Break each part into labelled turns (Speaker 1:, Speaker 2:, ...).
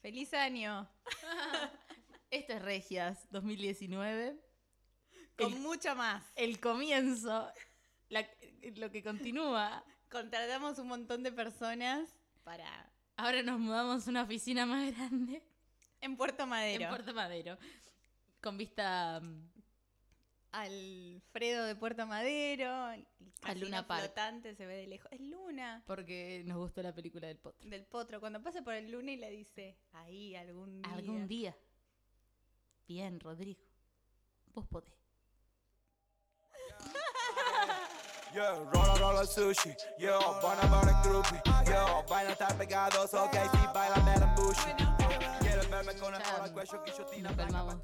Speaker 1: ¡Feliz año!
Speaker 2: Esto es Regias 2019.
Speaker 1: Con
Speaker 2: El-
Speaker 1: mucho más.
Speaker 2: El comienzo, la- lo que continúa.
Speaker 1: Contratamos un montón de personas para.
Speaker 2: Ahora nos mudamos a una oficina más grande
Speaker 1: En Puerto Madero.
Speaker 2: en Puerto Madero. Con vista mm,
Speaker 1: Alfredo de Puerto Madero. A
Speaker 2: Luna Park.
Speaker 1: flotante se ve de lejos. Es Luna.
Speaker 2: porque nos gustó la película del potro.
Speaker 1: Del potro. Cuando pasa por el Luna y le dice, ahí algún día.
Speaker 2: Algún día. Bien, Rodrigo. Vos podés.
Speaker 3: Yeah, rola, rola sushi. Yo, buena para el groupie. oh, Yo, vaina estar pegados, ok, si baila me la bushy. Quieres verme con el
Speaker 2: Ya,
Speaker 3: al cuello que yo tira
Speaker 2: nos calmamos.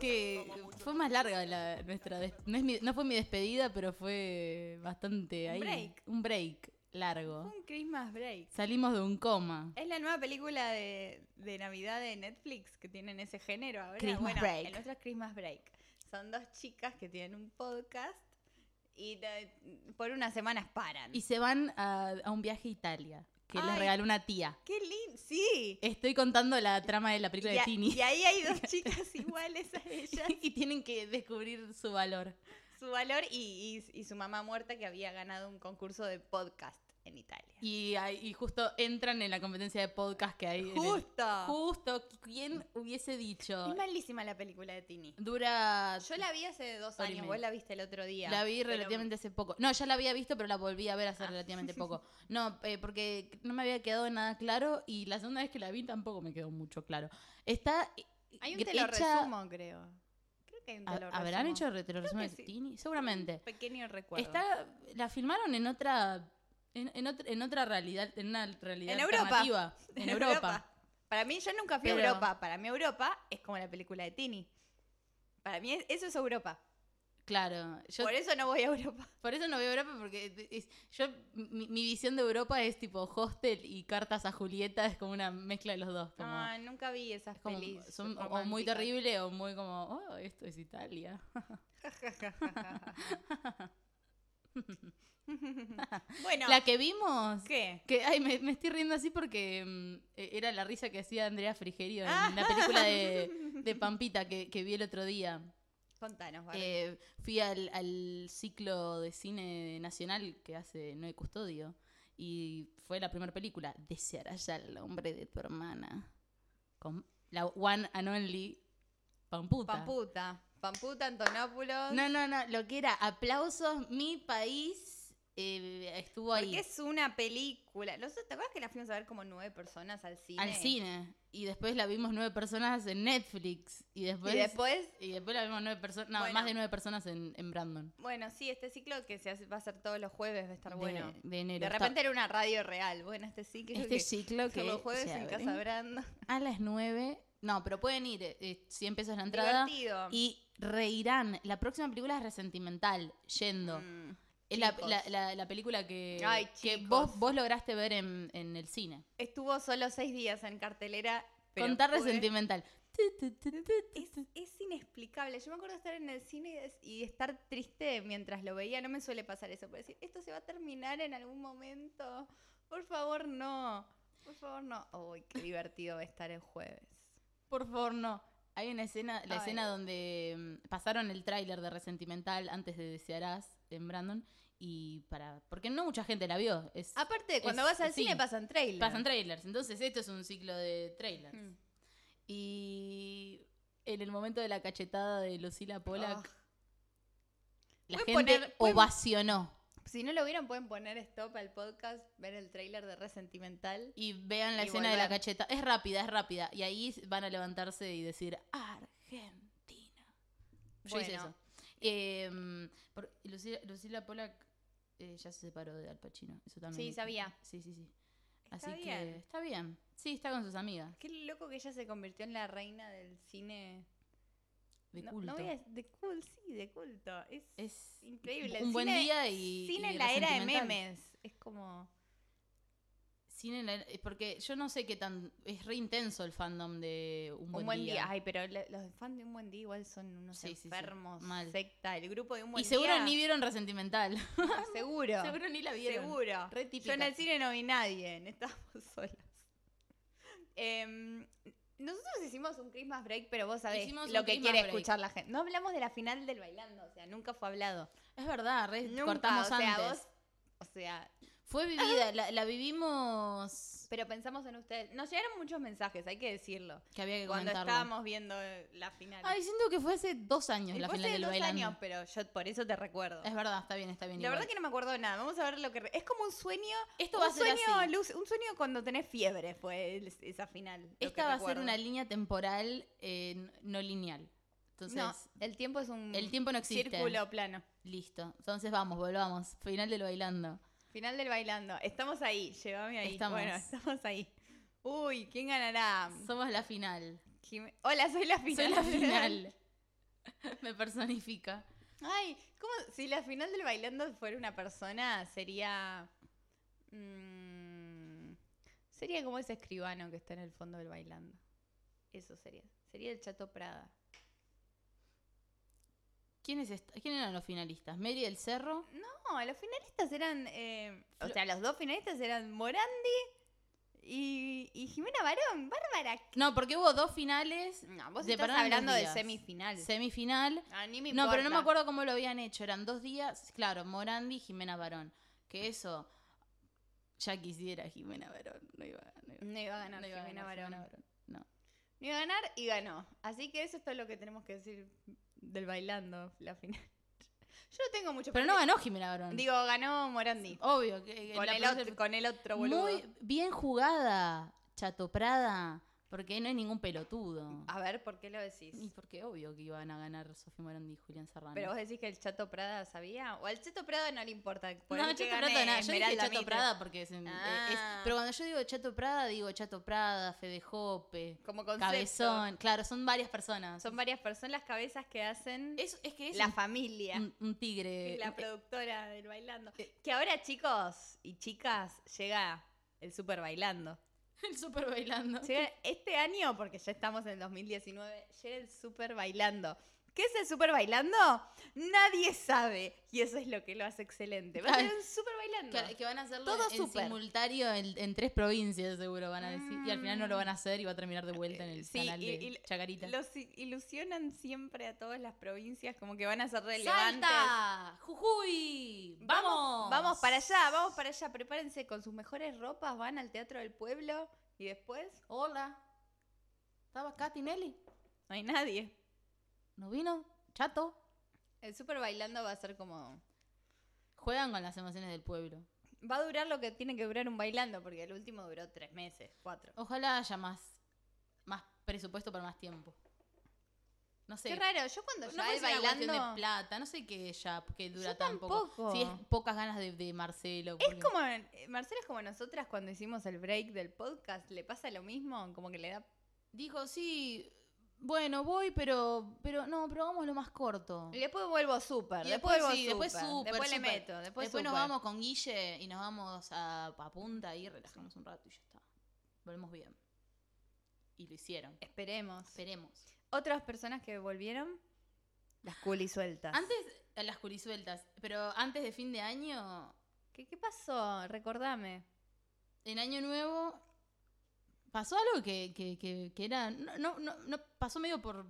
Speaker 1: Que.
Speaker 2: Fue más larga la, nuestra. des- No, es mi- no fue mi despedida, pero fue bastante ahí.
Speaker 1: break.
Speaker 2: Un break largo.
Speaker 1: Un Christmas break.
Speaker 2: Salimos de un coma.
Speaker 1: Es la nueva película de, de Navidad de Netflix que tienen ese género ahora.
Speaker 2: Christmas
Speaker 1: bueno,
Speaker 2: Break.
Speaker 1: el otro es Christmas Break. Son dos chicas que tienen un podcast y de- por unas semanas paran.
Speaker 2: Y se van a, a un viaje a Italia, que les
Speaker 1: Ay.
Speaker 2: regaló una tía.
Speaker 1: ¡Qué lindo! ¡Sí!
Speaker 2: Estoy contando la trama de la película
Speaker 1: y,
Speaker 2: de
Speaker 1: a-
Speaker 2: Tini.
Speaker 1: y ahí hay dos chicas iguales a ellas.
Speaker 2: y tienen que descubrir su valor.
Speaker 1: Su valor y, y- y su mamá muerta que había ganado un concurso de podcast en Italia.
Speaker 2: Y, ahí- y justo entran en la competencia de podcast que hay. en el-
Speaker 1: ¡Justo!
Speaker 2: justo. ¿Quién hubiese dicho?
Speaker 1: Es malísima la película de Tini.
Speaker 2: Dura.
Speaker 1: Yo la vi hace dos
Speaker 2: Hora y
Speaker 1: años,
Speaker 2: media.
Speaker 1: vos la viste el otro día.
Speaker 2: La vi
Speaker 1: pero- Ah.
Speaker 2: relativamente hace poco. No, ya la había visto, pero la volví a ver hace relativamente poco. No, eh, porque no me había quedado nada claro y la segunda vez que la vi tampoco me quedó mucho claro. Está. eh,
Speaker 1: Hay un
Speaker 2: hecha-
Speaker 1: te lo resumo, creo. Creo que hay un
Speaker 2: a-
Speaker 1: te lo resumo.
Speaker 2: ¿Habrán hecho re- te lo
Speaker 1: Creo
Speaker 2: resumo
Speaker 1: que
Speaker 2: de
Speaker 1: sí.
Speaker 2: Tini? Seguramente.
Speaker 1: Pequeño recuerdo.
Speaker 2: Está, la filmaron en otra, en, en otra, en otra realidad, en una realidad
Speaker 1: en Europa.
Speaker 2: alternativa. En Europa.
Speaker 1: Para mí, yo nunca fui a
Speaker 2: Pero-
Speaker 1: Europa. Para mí, Europa es como la película de Tini. Para mí, es- eso es Europa.
Speaker 2: Claro. Yo,
Speaker 1: Por eso no voy a Europa.
Speaker 2: por eso no veo Europa, porque es- yo, mi, mi visión de Europa es tipo hostel y cartas a Julieta, es como una mezcla de los dos. Como,
Speaker 1: Ah, nunca vi esas
Speaker 2: como
Speaker 1: pelis
Speaker 2: son o- o
Speaker 1: románticas.
Speaker 2: muy terrible o muy como, oh, esto es Italia.
Speaker 1: bueno,
Speaker 2: La que vimos.
Speaker 1: ¿qué?
Speaker 2: Que, ay, me, me estoy riendo así porque mm, eh, era la risa que hacía Andrea Frigerio en la película de, de Pampita que, que vi el otro día.
Speaker 1: Contanos, Barbie.
Speaker 2: Eh, fui al, al ciclo de cine nacional que hace Noé Custodio y fue la primera película, Desearás ya el hombre de tu hermana, con la one and only Pamputa.
Speaker 1: Pamputa. Pamputa, Antonopoulos.
Speaker 2: No, no, no, lo que era aplausos, mi país eh, estuvo ahí.
Speaker 1: Porque es una película. Nosotros- ¿Te acuerdas que la fuimos a ver como nueve personas al cine?
Speaker 2: Al cine. Y después la vimos nueve personas en Netflix. Y después,
Speaker 1: Y después
Speaker 2: y después la vimos nueve personas. No,
Speaker 1: Bueno.
Speaker 2: más de nueve personas en, en Brandon.
Speaker 1: Bueno, sí, este ciclo que se hace, va a ser todos los jueves va a estar
Speaker 2: De-
Speaker 1: bueno.
Speaker 2: de enero.
Speaker 1: De repente era una radio real. Bueno, este ciclo
Speaker 2: Este
Speaker 1: que
Speaker 2: ciclo
Speaker 1: son
Speaker 2: que
Speaker 1: los jueves
Speaker 2: se
Speaker 1: en
Speaker 2: abre.
Speaker 1: Casa Brando.
Speaker 2: A las nueve. No, pero pueden ir. eh, eh, 100 pesos la entrada.
Speaker 1: Divertido.
Speaker 2: Y reirán. La próxima película es Resentimental. Yendo. es la,
Speaker 1: Mm, chicos.
Speaker 2: la- la- la película que,
Speaker 1: Ay,
Speaker 2: que
Speaker 1: chicos.
Speaker 2: vos, vos lograste ver en, en el cine.
Speaker 1: Estuvo solo seis días en cartelera. pero
Speaker 2: Contar
Speaker 1: fue-
Speaker 2: Resentimental. Tu, tu, tu, tu, tu,
Speaker 1: Es,
Speaker 2: tu.
Speaker 1: es inexplicable. Yo me acuerdo estar en el cine y des- y estar triste mientras lo veía. No me suele pasar eso. Pero decir, esto se va a terminar en algún momento. Por favor, no. Por favor, no. Uy, qué divertido va a estar el jueves.
Speaker 2: Por favor, no. Hay una escena, la
Speaker 1: Ay.
Speaker 2: escena donde mm, pasaron el tráiler de Resentimental antes de Desearás en Brandon y para porque no mucha gente la vio. Es,
Speaker 1: Aparte, cuando
Speaker 2: es-
Speaker 1: vas al
Speaker 2: sí,
Speaker 1: cine pasan trailers.
Speaker 2: pasan trailers. Entonces esto es un ciclo de trailers.
Speaker 1: Mm.
Speaker 2: Y en el momento de la cachetada de Lucila Pollack,
Speaker 1: Ah.
Speaker 2: la
Speaker 1: Pueden
Speaker 2: gente
Speaker 1: poner- pueden-
Speaker 2: ovacionó.
Speaker 1: Si no lo vieron, pueden poner stop al podcast, ver el tráiler de Resentimental.
Speaker 2: Y vean la
Speaker 1: Y
Speaker 2: escena de la
Speaker 1: volver.
Speaker 2: cacheta. Es rápida, es rápida. Y ahí van a levantarse y decir Argentina. Yo hice
Speaker 1: Bueno.
Speaker 2: eso. Eh, por- y Lucila, Lucila Pollack eh, ya se separó de Al Pacino. Eso también.
Speaker 1: Sí, sabía.
Speaker 2: Sí, sí, sí.
Speaker 1: Está
Speaker 2: Así
Speaker 1: bien.
Speaker 2: que está bien. Sí, está con sus amigas.
Speaker 1: Qué loco que ella se convirtió en la reina del cine.
Speaker 2: De
Speaker 1: no, no
Speaker 2: culto.
Speaker 1: voy a- de cool, sí, de culto. Es,
Speaker 2: Es
Speaker 1: increíble.
Speaker 2: un
Speaker 1: El
Speaker 2: buen
Speaker 1: cine-
Speaker 2: día y-
Speaker 1: Cine
Speaker 2: y
Speaker 1: en la era de
Speaker 2: resentimental.
Speaker 1: memes. Es como.
Speaker 2: Cine, la- es porque yo no sé qué tan. Es re intenso el fandom de Un
Speaker 1: Un
Speaker 2: Buen,
Speaker 1: buen, día. Ay, pero lo- los fans de Un Buen Día igual son unos
Speaker 2: Sí, sí, sí.
Speaker 1: enfermos.
Speaker 2: Mal.
Speaker 1: Secta. El grupo de Un Buen
Speaker 2: y seguro
Speaker 1: Día.
Speaker 2: ni vieron Resentimental.
Speaker 1: Seguro.
Speaker 2: Seguro ni la vieron.
Speaker 1: Seguro. Yo
Speaker 2: Re
Speaker 1: en
Speaker 2: típica.
Speaker 1: el cine no vi nadie, en- estábamos solas. Em, hicimos un Christmas break, pero vos sabés
Speaker 2: Hicimos
Speaker 1: lo
Speaker 2: un
Speaker 1: que
Speaker 2: Christmas
Speaker 1: quiere
Speaker 2: break.
Speaker 1: escuchar la gente. No hablamos de la final del bailando, o sea, nunca fue hablado.
Speaker 2: Es verdad, re-
Speaker 1: Nunca,
Speaker 2: Eh, cortamos
Speaker 1: o sea,
Speaker 2: antes.
Speaker 1: vos. O sea,
Speaker 2: Fue vivida, la, la vivimos.
Speaker 1: pero pensamos en ustedes. Nos llegaron muchos mensajes, hay que decirlo.
Speaker 2: Que había que
Speaker 1: Cuando
Speaker 2: comentarlo.
Speaker 1: estábamos viendo eh, la final.
Speaker 2: Ay, siento que fue hace dos
Speaker 1: Y
Speaker 2: años la
Speaker 1: fue
Speaker 2: final
Speaker 1: hace
Speaker 2: del
Speaker 1: dos
Speaker 2: bailando.
Speaker 1: años, pero yo por eso te recuerdo.
Speaker 2: Es verdad, está bien, está bien.
Speaker 1: La
Speaker 2: igual.
Speaker 1: verdad que no me acuerdo de nada. Vamos a ver lo que. re- Es como un sueño.
Speaker 2: esto
Speaker 1: un
Speaker 2: va a ser
Speaker 1: sueño,
Speaker 2: así.
Speaker 1: luz- un sueño cuando tenés fiebre fue el- esa final. lo que
Speaker 2: Esta va a ser
Speaker 1: recuerdo.
Speaker 2: una línea temporal eh, n- no lineal. Entonces,
Speaker 1: No, el tiempo es un
Speaker 2: el tiempo no existe.
Speaker 1: círculo plano.
Speaker 2: Listo. Entonces vamos, volvamos. Final del bailando.
Speaker 1: Final del bailando. Estamos ahí, llévame ahí.
Speaker 2: Estamos.
Speaker 1: Bueno, estamos ahí. Uy, ¿quién ganará?
Speaker 2: Somos la final.
Speaker 1: Jime- Hola, soy la final.
Speaker 2: Soy la final. Me personifica.
Speaker 1: Ay, ¿cómo? Si la final del bailando fuera una persona, sería. mm, sería como ese escribano que está en el fondo del bailando. Eso sería. Sería el Chato Prada.
Speaker 2: ¿Quiénes, est- ¿Quién eran los finalistas? ¿Mary del Cerro?
Speaker 1: No, los finalistas eran. eh, o
Speaker 2: Flo-
Speaker 1: sea, los dos finalistas eran Morandi y, y Jimena Barón. Bárbara.
Speaker 2: No, porque hubo dos finales,
Speaker 1: No, vos
Speaker 2: De
Speaker 1: estás
Speaker 2: Barón en los
Speaker 1: hablando del
Speaker 2: días.
Speaker 1: semifinal.
Speaker 2: semifinal.
Speaker 1: A mí me
Speaker 2: No, pero no me
Speaker 1: importa.
Speaker 2: acuerdo cómo lo habían hecho. Eran dos días, claro, Morandi y Jimena Barón. Que eso, ya quisiera Jimena Barón. No iba, no iba-
Speaker 1: No iba a ganar
Speaker 2: no iba a
Speaker 1: Jimena
Speaker 2: ganar
Speaker 1: Barón.
Speaker 2: Jimena Barón. No.
Speaker 1: No iba a ganar y ganó. Así que eso es todo lo que tenemos que decir del bailando, la final. Yo no tengo mucho
Speaker 2: Pero no ganó Jimena Barón.
Speaker 1: Digo, ganó Morandi.
Speaker 2: Obvio. que- que
Speaker 1: Con
Speaker 2: la
Speaker 1: el,
Speaker 2: produ-
Speaker 1: otro, con el otro boludo.
Speaker 2: Muy bien jugada, Chato Prada. Porque no hay ningún pelotudo.
Speaker 1: A ver, ¿por qué lo decís?
Speaker 2: Y porque obvio que iban a ganar Sofía Morandi y Julián Serrano.
Speaker 1: Pero vos decís que el Chato Prada sabía. O al Chato Prada no le importa. por
Speaker 2: no,
Speaker 1: ahí que
Speaker 2: Chato
Speaker 1: gane
Speaker 2: Prada, no. yo dije
Speaker 1: Esmeralda
Speaker 2: Chato
Speaker 1: Mitre.
Speaker 2: Prada porque se- eh, es,
Speaker 1: Ah.
Speaker 2: Pero cuando yo digo Chato Prada, digo Chato Prada, Fede Jope,
Speaker 1: Como concepto.
Speaker 2: Cabezón. Claro, son varias personas.
Speaker 1: Son varias personas las cabezas que hacen
Speaker 2: es, es que es
Speaker 1: la
Speaker 2: un-
Speaker 1: familia.
Speaker 2: un, un tigre.
Speaker 1: Es la
Speaker 2: Eh,
Speaker 1: productora del bailando.
Speaker 2: eh.
Speaker 1: Que ahora, chicos y chicas, llega el super bailando.
Speaker 2: El super bailando.
Speaker 1: Llega este año, porque ya estamos en el 2019, llega el Super Bailando. ¿Qué es el Super Bailando? Nadie sabe. Y eso es lo que lo hace excelente. Va a ser
Speaker 2: Claro.
Speaker 1: un Super Bailando.
Speaker 2: Que, que van a hacerlo
Speaker 1: Todo
Speaker 2: en
Speaker 1: súper.
Speaker 2: simultáneo en, en tres provincias, seguro van a decir. Y al final no lo van a hacer y va a terminar de vuelta en el
Speaker 1: Mm. Sí,
Speaker 2: canal
Speaker 1: y-
Speaker 2: de
Speaker 1: y-
Speaker 2: Chacarita.
Speaker 1: Los i- ilusionan siempre a todas las provincias, como que van a ser relevantes.
Speaker 2: ¡Salta! ¡Jujuy! ¡Vamos!
Speaker 1: Vamos para allá, vamos para allá. Prepárense con sus mejores ropas, van al Teatro del Pueblo y después
Speaker 2: Hola. ¿Estaba acá Tinelli?
Speaker 1: no hay nadie.
Speaker 2: ¿No vino? ¿Chato?
Speaker 1: El Super Bailando va a ser como
Speaker 2: Juegan con las emociones del pueblo.
Speaker 1: Va a durar lo que tiene que durar un bailando, porque el último duró tres meses, cuatro.
Speaker 2: Ojalá haya más, más presupuesto para más tiempo. No sé.
Speaker 1: Qué raro, yo cuando
Speaker 2: No
Speaker 1: ya
Speaker 2: fue
Speaker 1: el
Speaker 2: bailando de
Speaker 1: bailando.
Speaker 2: plata, no sé qué ya que dura
Speaker 1: Yo
Speaker 2: tan poco.
Speaker 1: tampoco.
Speaker 2: Sí, es pocas ganas de, de Marcelo.
Speaker 1: Es
Speaker 2: porque-
Speaker 1: como, eh, Marcela es como nosotras cuando hicimos el break del podcast, le pasa lo mismo, como que le da...
Speaker 2: Dijo, sí, bueno, voy, pero, pero no, pero hagámoslo más corto.
Speaker 1: Y después vuelvo súper,
Speaker 2: Y
Speaker 1: después, vuelvo
Speaker 2: sí,
Speaker 1: súper,
Speaker 2: después
Speaker 1: después,
Speaker 2: súper,
Speaker 1: le
Speaker 2: súper.
Speaker 1: meto, después,
Speaker 2: Después nos
Speaker 1: súper.
Speaker 2: vamos con Guille y nos vamos a, a punta y relajamos un rato y ya está. Volvemos bien. Y lo hicieron.
Speaker 1: Esperemos.
Speaker 2: Esperemos.
Speaker 1: Otras personas que volvieron, las culi sueltas.
Speaker 2: Antes, a las culisueltas, pero antes de fin de año,
Speaker 1: ¿Qué, qué pasó? Recordame.
Speaker 2: en año nuevo, pasó algo que, que, que- que era. No, no, no, no, pasó medio por,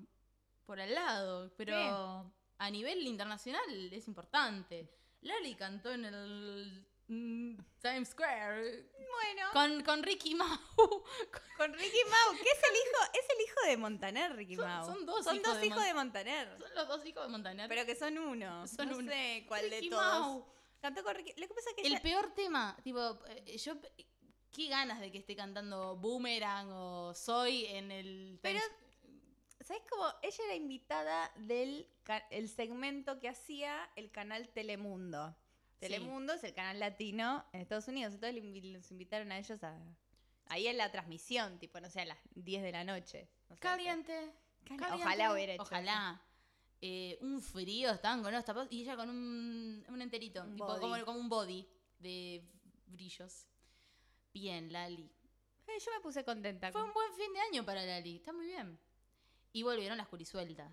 Speaker 2: por al lado, pero a nivel internacional es importante. Lali cantó en el mm, Times Square
Speaker 1: Bueno,
Speaker 2: con, con Ricky Mau.
Speaker 1: con Ricky Mau, que es el hijo, es el hijo de Montaner, Ricky
Speaker 2: Son-
Speaker 1: Mau.
Speaker 2: son dos hijos de
Speaker 1: hijos de Montaner.
Speaker 2: Son los dos hijos de Montaner.
Speaker 1: Pero que son uno.
Speaker 2: Son
Speaker 1: no
Speaker 2: uno.
Speaker 1: sé cuál de
Speaker 2: Ricky
Speaker 1: todos.
Speaker 2: Mau.
Speaker 1: Cantó con Ricky. Lo que pasa es que
Speaker 2: El
Speaker 1: ella-
Speaker 2: peor tema, tipo, eh, yo. Qué ganas de que esté cantando Boomerang o Soy en el.
Speaker 1: Pero-
Speaker 2: Times-
Speaker 1: ¿Sabes cómo? Ella era invitada del ca- el segmento que hacía el canal Telemundo.
Speaker 2: Sí.
Speaker 1: Telemundo es el canal latino en Estados Unidos. Entonces le invi- los invitaron a ellos a. Ahí en la transmisión, tipo, no sé, a las 10 de la noche. No sé,
Speaker 2: Caliente.
Speaker 1: Cali-
Speaker 2: Caliente.
Speaker 1: Ojalá hubiera hecho.
Speaker 2: Ojalá. Eh, un frío, estaban con los tapados y ella con un, un enterito,
Speaker 1: Un
Speaker 2: tipo,
Speaker 1: body.
Speaker 2: como, como un body de brillos. Bien, Lali.
Speaker 1: eso. Eh, yo me puse contenta.
Speaker 2: Fue un buen fin de año para Lali, está muy bien. Y volvieron las curisueltas.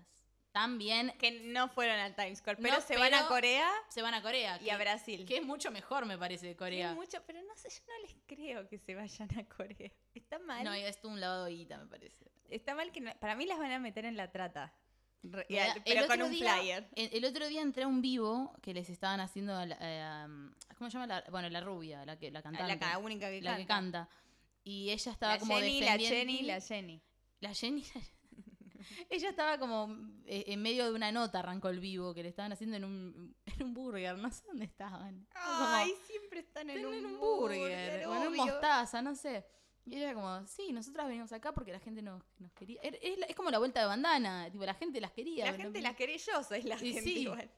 Speaker 2: También
Speaker 1: Que no fueron al Times Square, pero
Speaker 2: No,
Speaker 1: se van a
Speaker 2: pero-
Speaker 1: Corea
Speaker 2: se van a Corea.
Speaker 1: y
Speaker 2: que,
Speaker 1: a Brasil.
Speaker 2: que es mucho mejor, me parece, Corea.
Speaker 1: Tienen mucho, pero no sé, yo no les creo que se vayan a Corea. Está mal.
Speaker 2: No, es un lavado de guita, me parece.
Speaker 1: Está mal que no- para mí las van a meter en la trata. Re- y
Speaker 2: Mira,
Speaker 1: al- pero con
Speaker 2: otro
Speaker 1: un
Speaker 2: día-
Speaker 1: flyer.
Speaker 2: El, el otro día entré a un vivo que les estaban haciendo. a la- eh, um, ¿Cómo se llama? La, bueno, la rubia, la, que, la
Speaker 1: A
Speaker 2: cantante.
Speaker 1: La, ca- única que
Speaker 2: la
Speaker 1: canta.
Speaker 2: que canta. Y ella estaba
Speaker 1: La
Speaker 2: como
Speaker 1: Jenny, la
Speaker 2: defendiendo-
Speaker 1: Jenny, la Jenny.
Speaker 2: La Jenny. ella estaba como eh, en medio de una nota, arrancó el vivo, que le estaban haciendo en un, en un burger, no sé dónde estaban. Como,
Speaker 1: Ay, siempre están en
Speaker 2: "Están
Speaker 1: un,
Speaker 2: burger, o en un
Speaker 1: obvio.
Speaker 2: mostaza, no sé. Y ella como, sí, nosotras venimos acá porque la gente nos, nos quería. Er- Es, la- es como la vuelta de bandana, tipo, la gente las quería.
Speaker 1: La
Speaker 2: ¿no?
Speaker 1: gente las quiere yo, soy la
Speaker 2: Y
Speaker 1: gente
Speaker 2: sí.
Speaker 1: igual.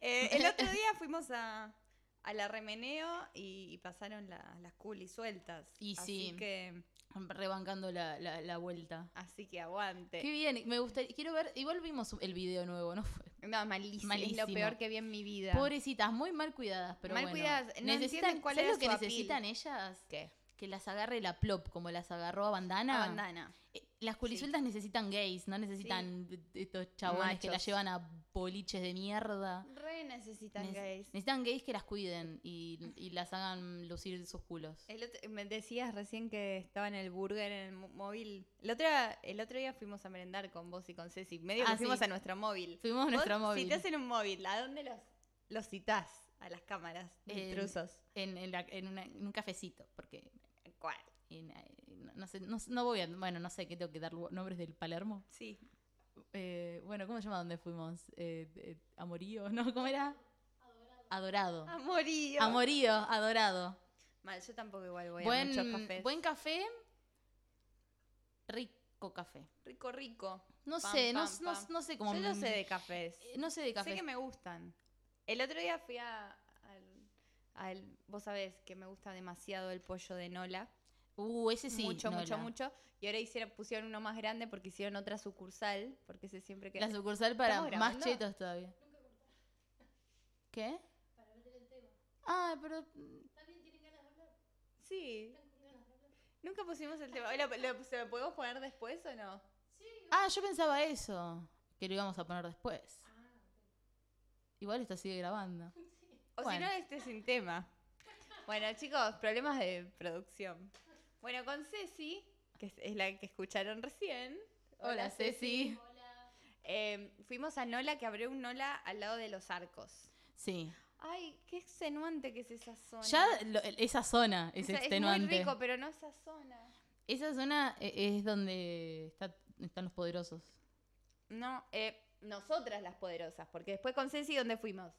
Speaker 1: Eh, el otro día fuimos a, a la remeneo y, y pasaron la- las culis sueltas.
Speaker 2: Y
Speaker 1: así
Speaker 2: sí.
Speaker 1: Que,
Speaker 2: Rebancando la, la, la vuelta.
Speaker 1: así que aguante.
Speaker 2: Qué bien, me gustaría, quiero ver, igual vimos el video nuevo, ¿no? Fue-
Speaker 1: No, malísimo. Es
Speaker 2: Malísimo.
Speaker 1: lo peor que vi en mi vida.
Speaker 2: Pobrecitas, muy mal cuidadas, pero
Speaker 1: Mal
Speaker 2: bueno.
Speaker 1: cuidadas, no entienden cuál
Speaker 2: ¿sabes
Speaker 1: era
Speaker 2: lo que
Speaker 1: su appeal?
Speaker 2: necesitan ellas?
Speaker 1: ¿Qué?
Speaker 2: Que las agarre la plop, como las agarró a Bandana.
Speaker 1: A bandana.
Speaker 2: Eh, Las culisueltas necesitan gays, no necesitan estos chabones que las
Speaker 1: Machos.
Speaker 2: llevan a boliches de mierda.
Speaker 1: Re necesitan
Speaker 2: Nece-
Speaker 1: gays.
Speaker 2: Necesitan gays que las cuiden y, y las hagan lucir sus culos.
Speaker 1: El otro- me decías recién que estaba en el burger en el mo- móvil. El otro, día- el otro día fuimos a merendar con vos y con Ceci. Medio que
Speaker 2: Ah,
Speaker 1: fuimos
Speaker 2: sí.
Speaker 1: a nuestro móvil.
Speaker 2: Fuimos a nuestro
Speaker 1: Vos
Speaker 2: móvil.
Speaker 1: Citás en un móvil. ¿A dónde los, los citás? A las cámaras.
Speaker 2: En-
Speaker 1: Intrusos.
Speaker 2: En, en la- en una- en un cafecito, porque
Speaker 1: ¿Cuál?
Speaker 2: en- en- no, sé, no, no voy a. Bueno, no sé qué tengo que dar lu- nombres del Palermo.
Speaker 1: Sí.
Speaker 2: Eh, bueno, ¿cómo se llama donde fuimos? Eh, eh, Amorío, ¿no? ¿Cómo era? Adorado.
Speaker 1: Amorío.
Speaker 2: Amorío, adorado.
Speaker 1: Mal, yo tampoco igual voy a muchos
Speaker 2: Buen,
Speaker 1: cafés.
Speaker 2: buen café, rico café.
Speaker 1: Rico, rico.
Speaker 2: No
Speaker 1: Pam,
Speaker 2: sé, no,
Speaker 1: pam,
Speaker 2: no-
Speaker 1: pam.
Speaker 2: no sé cómo.
Speaker 1: yo no sé de cafés.
Speaker 2: eh, no sé de café.
Speaker 1: Sé que me gustan. El otro día fui a, al, al- Vos sabés que me gusta demasiado el pollo de Nola.
Speaker 2: Uh, ese sí.
Speaker 1: mucho, mucho,
Speaker 2: Nola.
Speaker 1: mucho. Y ahora hicieron, pusieron uno más grande porque hicieron otra sucursal. Porque ese siempre que.
Speaker 2: La sucursal para
Speaker 1: ¿Estamos
Speaker 2: más
Speaker 1: grabando?
Speaker 2: chetos todavía. ¿Qué? Ah, pero
Speaker 1: Sí. Nunca pusimos el tema. ¿Lo, lo- se lo podemos poner después o no?
Speaker 2: ah, yo pensaba eso, que lo íbamos a poner después.
Speaker 1: Ah,
Speaker 2: Igual esto sigue grabando.
Speaker 1: O si
Speaker 2: Bueno.
Speaker 1: no, este sin tema. Bueno, chicos, problemas de producción. Bueno, con Ceci, que es, es la que escucharon recién.
Speaker 2: Hola, Ceci.
Speaker 1: Eh, fuimos a Nola, que abrió un Nola al lado de los arcos.
Speaker 2: Sí.
Speaker 1: Ay, qué extenuante que es esa zona.
Speaker 2: Ya lo- esa zona es
Speaker 1: O sea,
Speaker 2: extenuante.
Speaker 1: Es muy rico, pero no esa zona.
Speaker 2: Esa zona e- es donde está- están los poderosos.
Speaker 1: No, eh, nosotras las poderosas, porque después con Ceci, ¿dónde fuimos?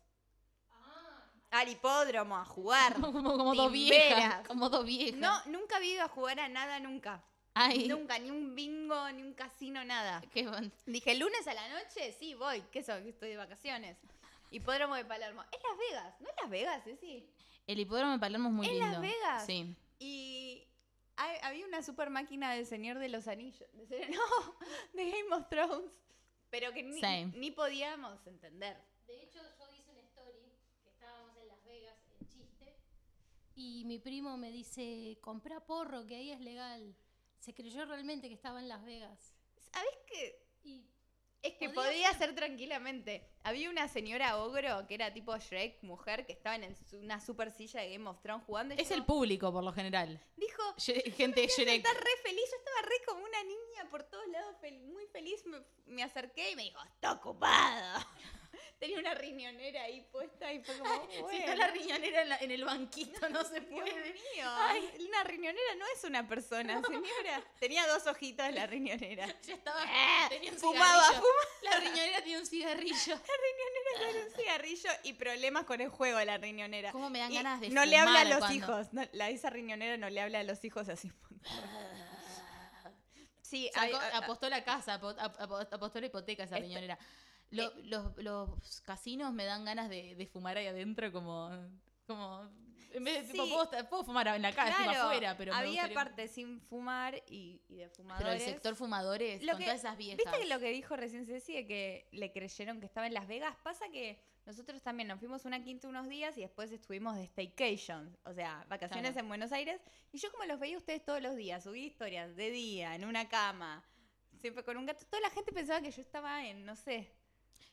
Speaker 1: Al hipódromo, a jugar.
Speaker 2: Como, como dos viejas.
Speaker 1: Timberas.
Speaker 2: Como dos viejas.
Speaker 1: No, nunca había ido a jugar a nada, nunca.
Speaker 2: Ay,
Speaker 1: Nunca, ni un bingo, ni un casino, nada.
Speaker 2: qué bon-
Speaker 1: Dije, el lunes a la noche, sí, voy. ¿Qué soy? Que Estoy de vacaciones. Hipódromo de Palermo. Es Las Vegas, ¿no es Las Vegas, Ceci?
Speaker 2: El hipódromo de Palermo es muy
Speaker 1: ¿En
Speaker 2: lindo.
Speaker 1: Las Vegas?
Speaker 2: Sí.
Speaker 1: Y hay- había una super máquina del Señor de los Anillos. De Señor- no, de Game of Thrones. Pero que ni,
Speaker 2: Sí.
Speaker 1: ni podíamos entender.
Speaker 4: De hecho, yo hice una story que estábamos en Las Vegas, en chiste, y mi primo me dice, comprá porro, que ahí es legal. Se creyó realmente que estaba en Las Vegas.
Speaker 1: ¿Sabes qué?
Speaker 4: Y
Speaker 1: Es que
Speaker 4: Podía
Speaker 1: podía ser tranquilamente. Había una señora ogro que era tipo Shrek, mujer, que estaba en el su- una super silla de Game of Thrones jugando. y
Speaker 2: Es el
Speaker 1: dijo-
Speaker 2: público, por lo general.
Speaker 1: Dijo,
Speaker 2: Ye- Gente Shrek.
Speaker 1: está re feliz. Yo estaba re como una niña por todos lados, fel- muy feliz. Me, me acerqué y me dijo, está ocupada. Tenía una riñonera ahí puesta y fue como,
Speaker 2: Si
Speaker 1: bueno.
Speaker 2: está la riñonera en, la- en el banquito, no se
Speaker 1: Dios
Speaker 2: puede.
Speaker 1: mío, una riñonera no es una persona, señora. Tenía dos ojitos la riñonera.
Speaker 2: Ya estaba. Tenía un
Speaker 1: Fumaba,
Speaker 2: cigarrillo. La riñonera tiene un cigarrillo.
Speaker 1: Con un cigarrillo y problemas con el juego de la riñonera.
Speaker 2: ¿Cómo me dan
Speaker 1: Y
Speaker 2: ganas de
Speaker 1: no le habla a
Speaker 2: fumar
Speaker 1: los
Speaker 2: cuando-
Speaker 1: hijos. no- la esa riñonera no le habla a los hijos así. sí, ah, hay-
Speaker 2: Sacó-
Speaker 1: a- a-
Speaker 2: apostó la casa, apo- ap- ap- apostó la hipoteca esa
Speaker 1: Este-
Speaker 2: riñonera. Lo- los, los casinos me dan ganas de, de fumar ahí adentro como... como en vez de, tipo,
Speaker 1: Sí.
Speaker 2: puedo, estar- puedo fumar en la calle,
Speaker 1: claro,
Speaker 2: afuera, pero me
Speaker 1: había
Speaker 2: gustaría-
Speaker 1: parte sin fumar y, y de
Speaker 2: Pero
Speaker 1: fumadores.
Speaker 2: el sector fumadores,
Speaker 1: Lo
Speaker 2: con
Speaker 1: que-
Speaker 2: todas esas viejas.
Speaker 1: ¿Viste que lo que dijo recién Ceci de que le creyeron que estaba en Las Vegas? Pasa que nosotros también nos fuimos una quinta unos días y después estuvimos de staycation, o sea, vacaciones
Speaker 2: Claro.
Speaker 1: en Buenos Aires. Y yo como los veía a ustedes todos los días, subí historias de día, en una cama, siempre con un gato. Toda la gente pensaba que yo estaba en, no sé,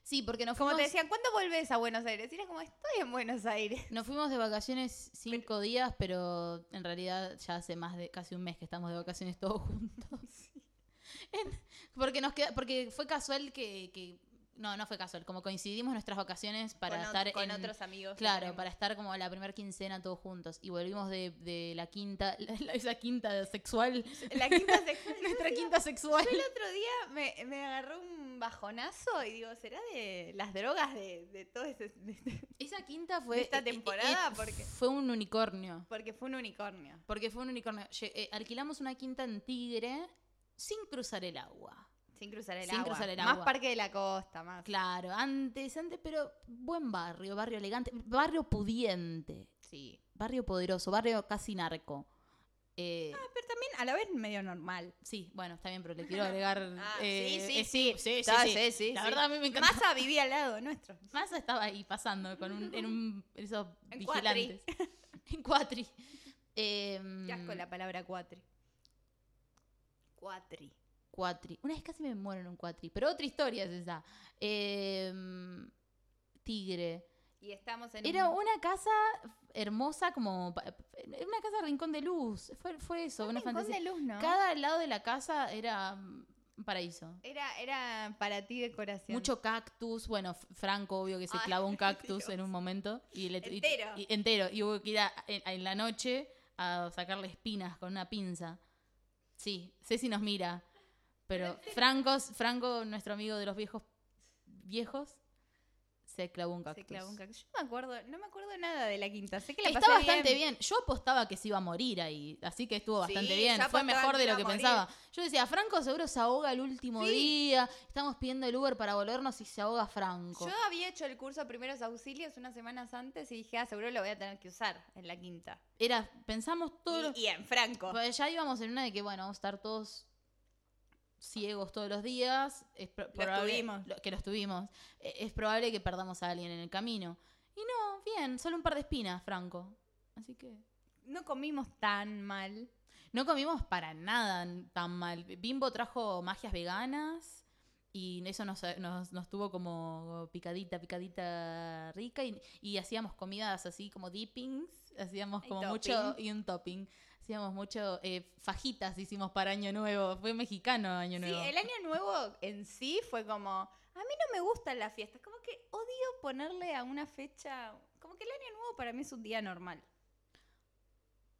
Speaker 2: Sí, porque nos
Speaker 1: como
Speaker 2: fuimos,
Speaker 1: te decían, ¿cuándo volvés a Buenos Aires? Y era como, estoy en Buenos Aires.
Speaker 2: nos fuimos de vacaciones cinco días, pero en realidad ya hace más de casi un mes que estamos de vacaciones todos juntos. Porque nos queda, porque fue casual que, que- no, no fue casual, como coincidimos nuestras vacaciones para
Speaker 1: con, ot-
Speaker 2: estar
Speaker 1: con
Speaker 2: en
Speaker 1: otros amigos. que
Speaker 2: Claro,
Speaker 1: tenemos.
Speaker 2: para estar como la primera quincena todos juntos. Y volvimos de, de la quinta, la- la- esa quinta sexual,
Speaker 1: La quinta sección.
Speaker 2: nuestra quinta sexual.
Speaker 1: Yo el otro día me, me agarró un bajonazo y digo, ¿será de las drogas de, de todo ese... de este-?"
Speaker 2: Esa quinta fue...
Speaker 1: esta
Speaker 2: eh, eh,
Speaker 1: temporada,
Speaker 2: eh,
Speaker 1: porque-
Speaker 2: Fue un unicornio.
Speaker 1: Porque fue un unicornio.
Speaker 2: Porque fue un unicornio. Lle- eh, alquilamos una quinta en Tigre sin cruzar el agua.
Speaker 1: Sin cruzar el
Speaker 2: Sin
Speaker 1: agua.
Speaker 2: cruzar el
Speaker 1: más
Speaker 2: agua.
Speaker 1: Parque de la Costa, más.
Speaker 2: Claro, antes, antes, pero buen barrio, barrio elegante, barrio pudiente,
Speaker 1: Sí.
Speaker 2: barrio poderoso, barrio casi narco. Eh,
Speaker 1: Pero también a la vez medio normal.
Speaker 2: Sí, bueno, está bien, pero le quiero agregar.
Speaker 1: Ah,
Speaker 2: eh,
Speaker 1: sí, sí,
Speaker 2: eh, sí, sí, sí,
Speaker 1: Ah,
Speaker 2: sí.
Speaker 1: sí, sí,
Speaker 2: La
Speaker 1: sí.
Speaker 2: verdad a mí me encanta.
Speaker 1: Massa vivía al lado nuestro.
Speaker 2: Massa estaba ahí pasando con un, en un esos
Speaker 1: En
Speaker 2: vigilantes. en cuatri. Em,
Speaker 1: Qué asco la palabra cuatri. Cuatri.
Speaker 2: Cuatri. Una vez casi me muero en un cuatri, pero otra historia es esa. Em, tigre.
Speaker 1: Y estamos en
Speaker 2: Era
Speaker 1: un...
Speaker 2: una casa hermosa como pa- una casa rincón de luz. Fue, fue eso, una
Speaker 1: rincón
Speaker 2: fantasía.
Speaker 1: de luz, ¿no?
Speaker 2: Cada lado de la casa era mm, un paraíso.
Speaker 1: Era, era para ti decoración.
Speaker 2: Mucho cactus. Bueno, F- Franco, obvio que se
Speaker 1: Ay,
Speaker 2: clavó un cactus
Speaker 1: Dios.
Speaker 2: en un momento. Y le- y-
Speaker 1: Entero.
Speaker 2: Y, entero. Y hubo que ir a- en, en la noche a sacarle espinas con una pinza. Sí, Ceci nos mira. Pero Franco, Franco nuestro amigo de los viejos viejos, se clavó un cactus.
Speaker 1: Se clavó un cactus. Yo me acuerdo, no me acuerdo nada de la quinta. Sé que la
Speaker 2: Está
Speaker 1: pasé
Speaker 2: bastante bien. Yo apostaba que se iba a morir ahí, así que estuvo bastante
Speaker 1: Sí,
Speaker 2: bien.
Speaker 1: yo
Speaker 2: Fue
Speaker 1: apostaba
Speaker 2: mejor
Speaker 1: que
Speaker 2: de
Speaker 1: se
Speaker 2: lo
Speaker 1: iba
Speaker 2: que
Speaker 1: a morir.
Speaker 2: pensaba. Yo decía, Franco seguro se ahoga el último
Speaker 1: Sí.
Speaker 2: día. Estamos pidiendo el Uber para volvernos y se ahoga Franco.
Speaker 1: Yo había hecho el curso de primeros auxilios unas semanas antes y dije, ah, seguro lo voy a tener que usar en la quinta.
Speaker 2: Era, pensamos todos los-
Speaker 1: Y, y en Franco.
Speaker 2: Pues ya íbamos en una de que, bueno, vamos a estar todos ciegos todos los días. Es pro- probable-
Speaker 1: tuvimos.
Speaker 2: lo- que los tuvimos. E- Es probable que perdamos a alguien en el camino. Y no, bien, solo un par de espinas, Franco. Así que...
Speaker 1: No comimos tan mal.
Speaker 2: No comimos para nada n- tan mal. Bimbo trajo magias veganas y eso nos, nos, nos tuvo como picadita, picadita rica y, y hacíamos comidas así como dippings, hacíamos
Speaker 1: Y
Speaker 2: como
Speaker 1: topping.
Speaker 2: mucho y un topping. Hacíamos mucho eh, fajitas, hicimos para Año Nuevo. Fue mexicano Año
Speaker 1: Sí,
Speaker 2: Nuevo.
Speaker 1: el año nuevo en sí fue como, a mí no me gustan las fiestas, como que odio ponerle a una fecha, como que el año nuevo para mí es un día normal.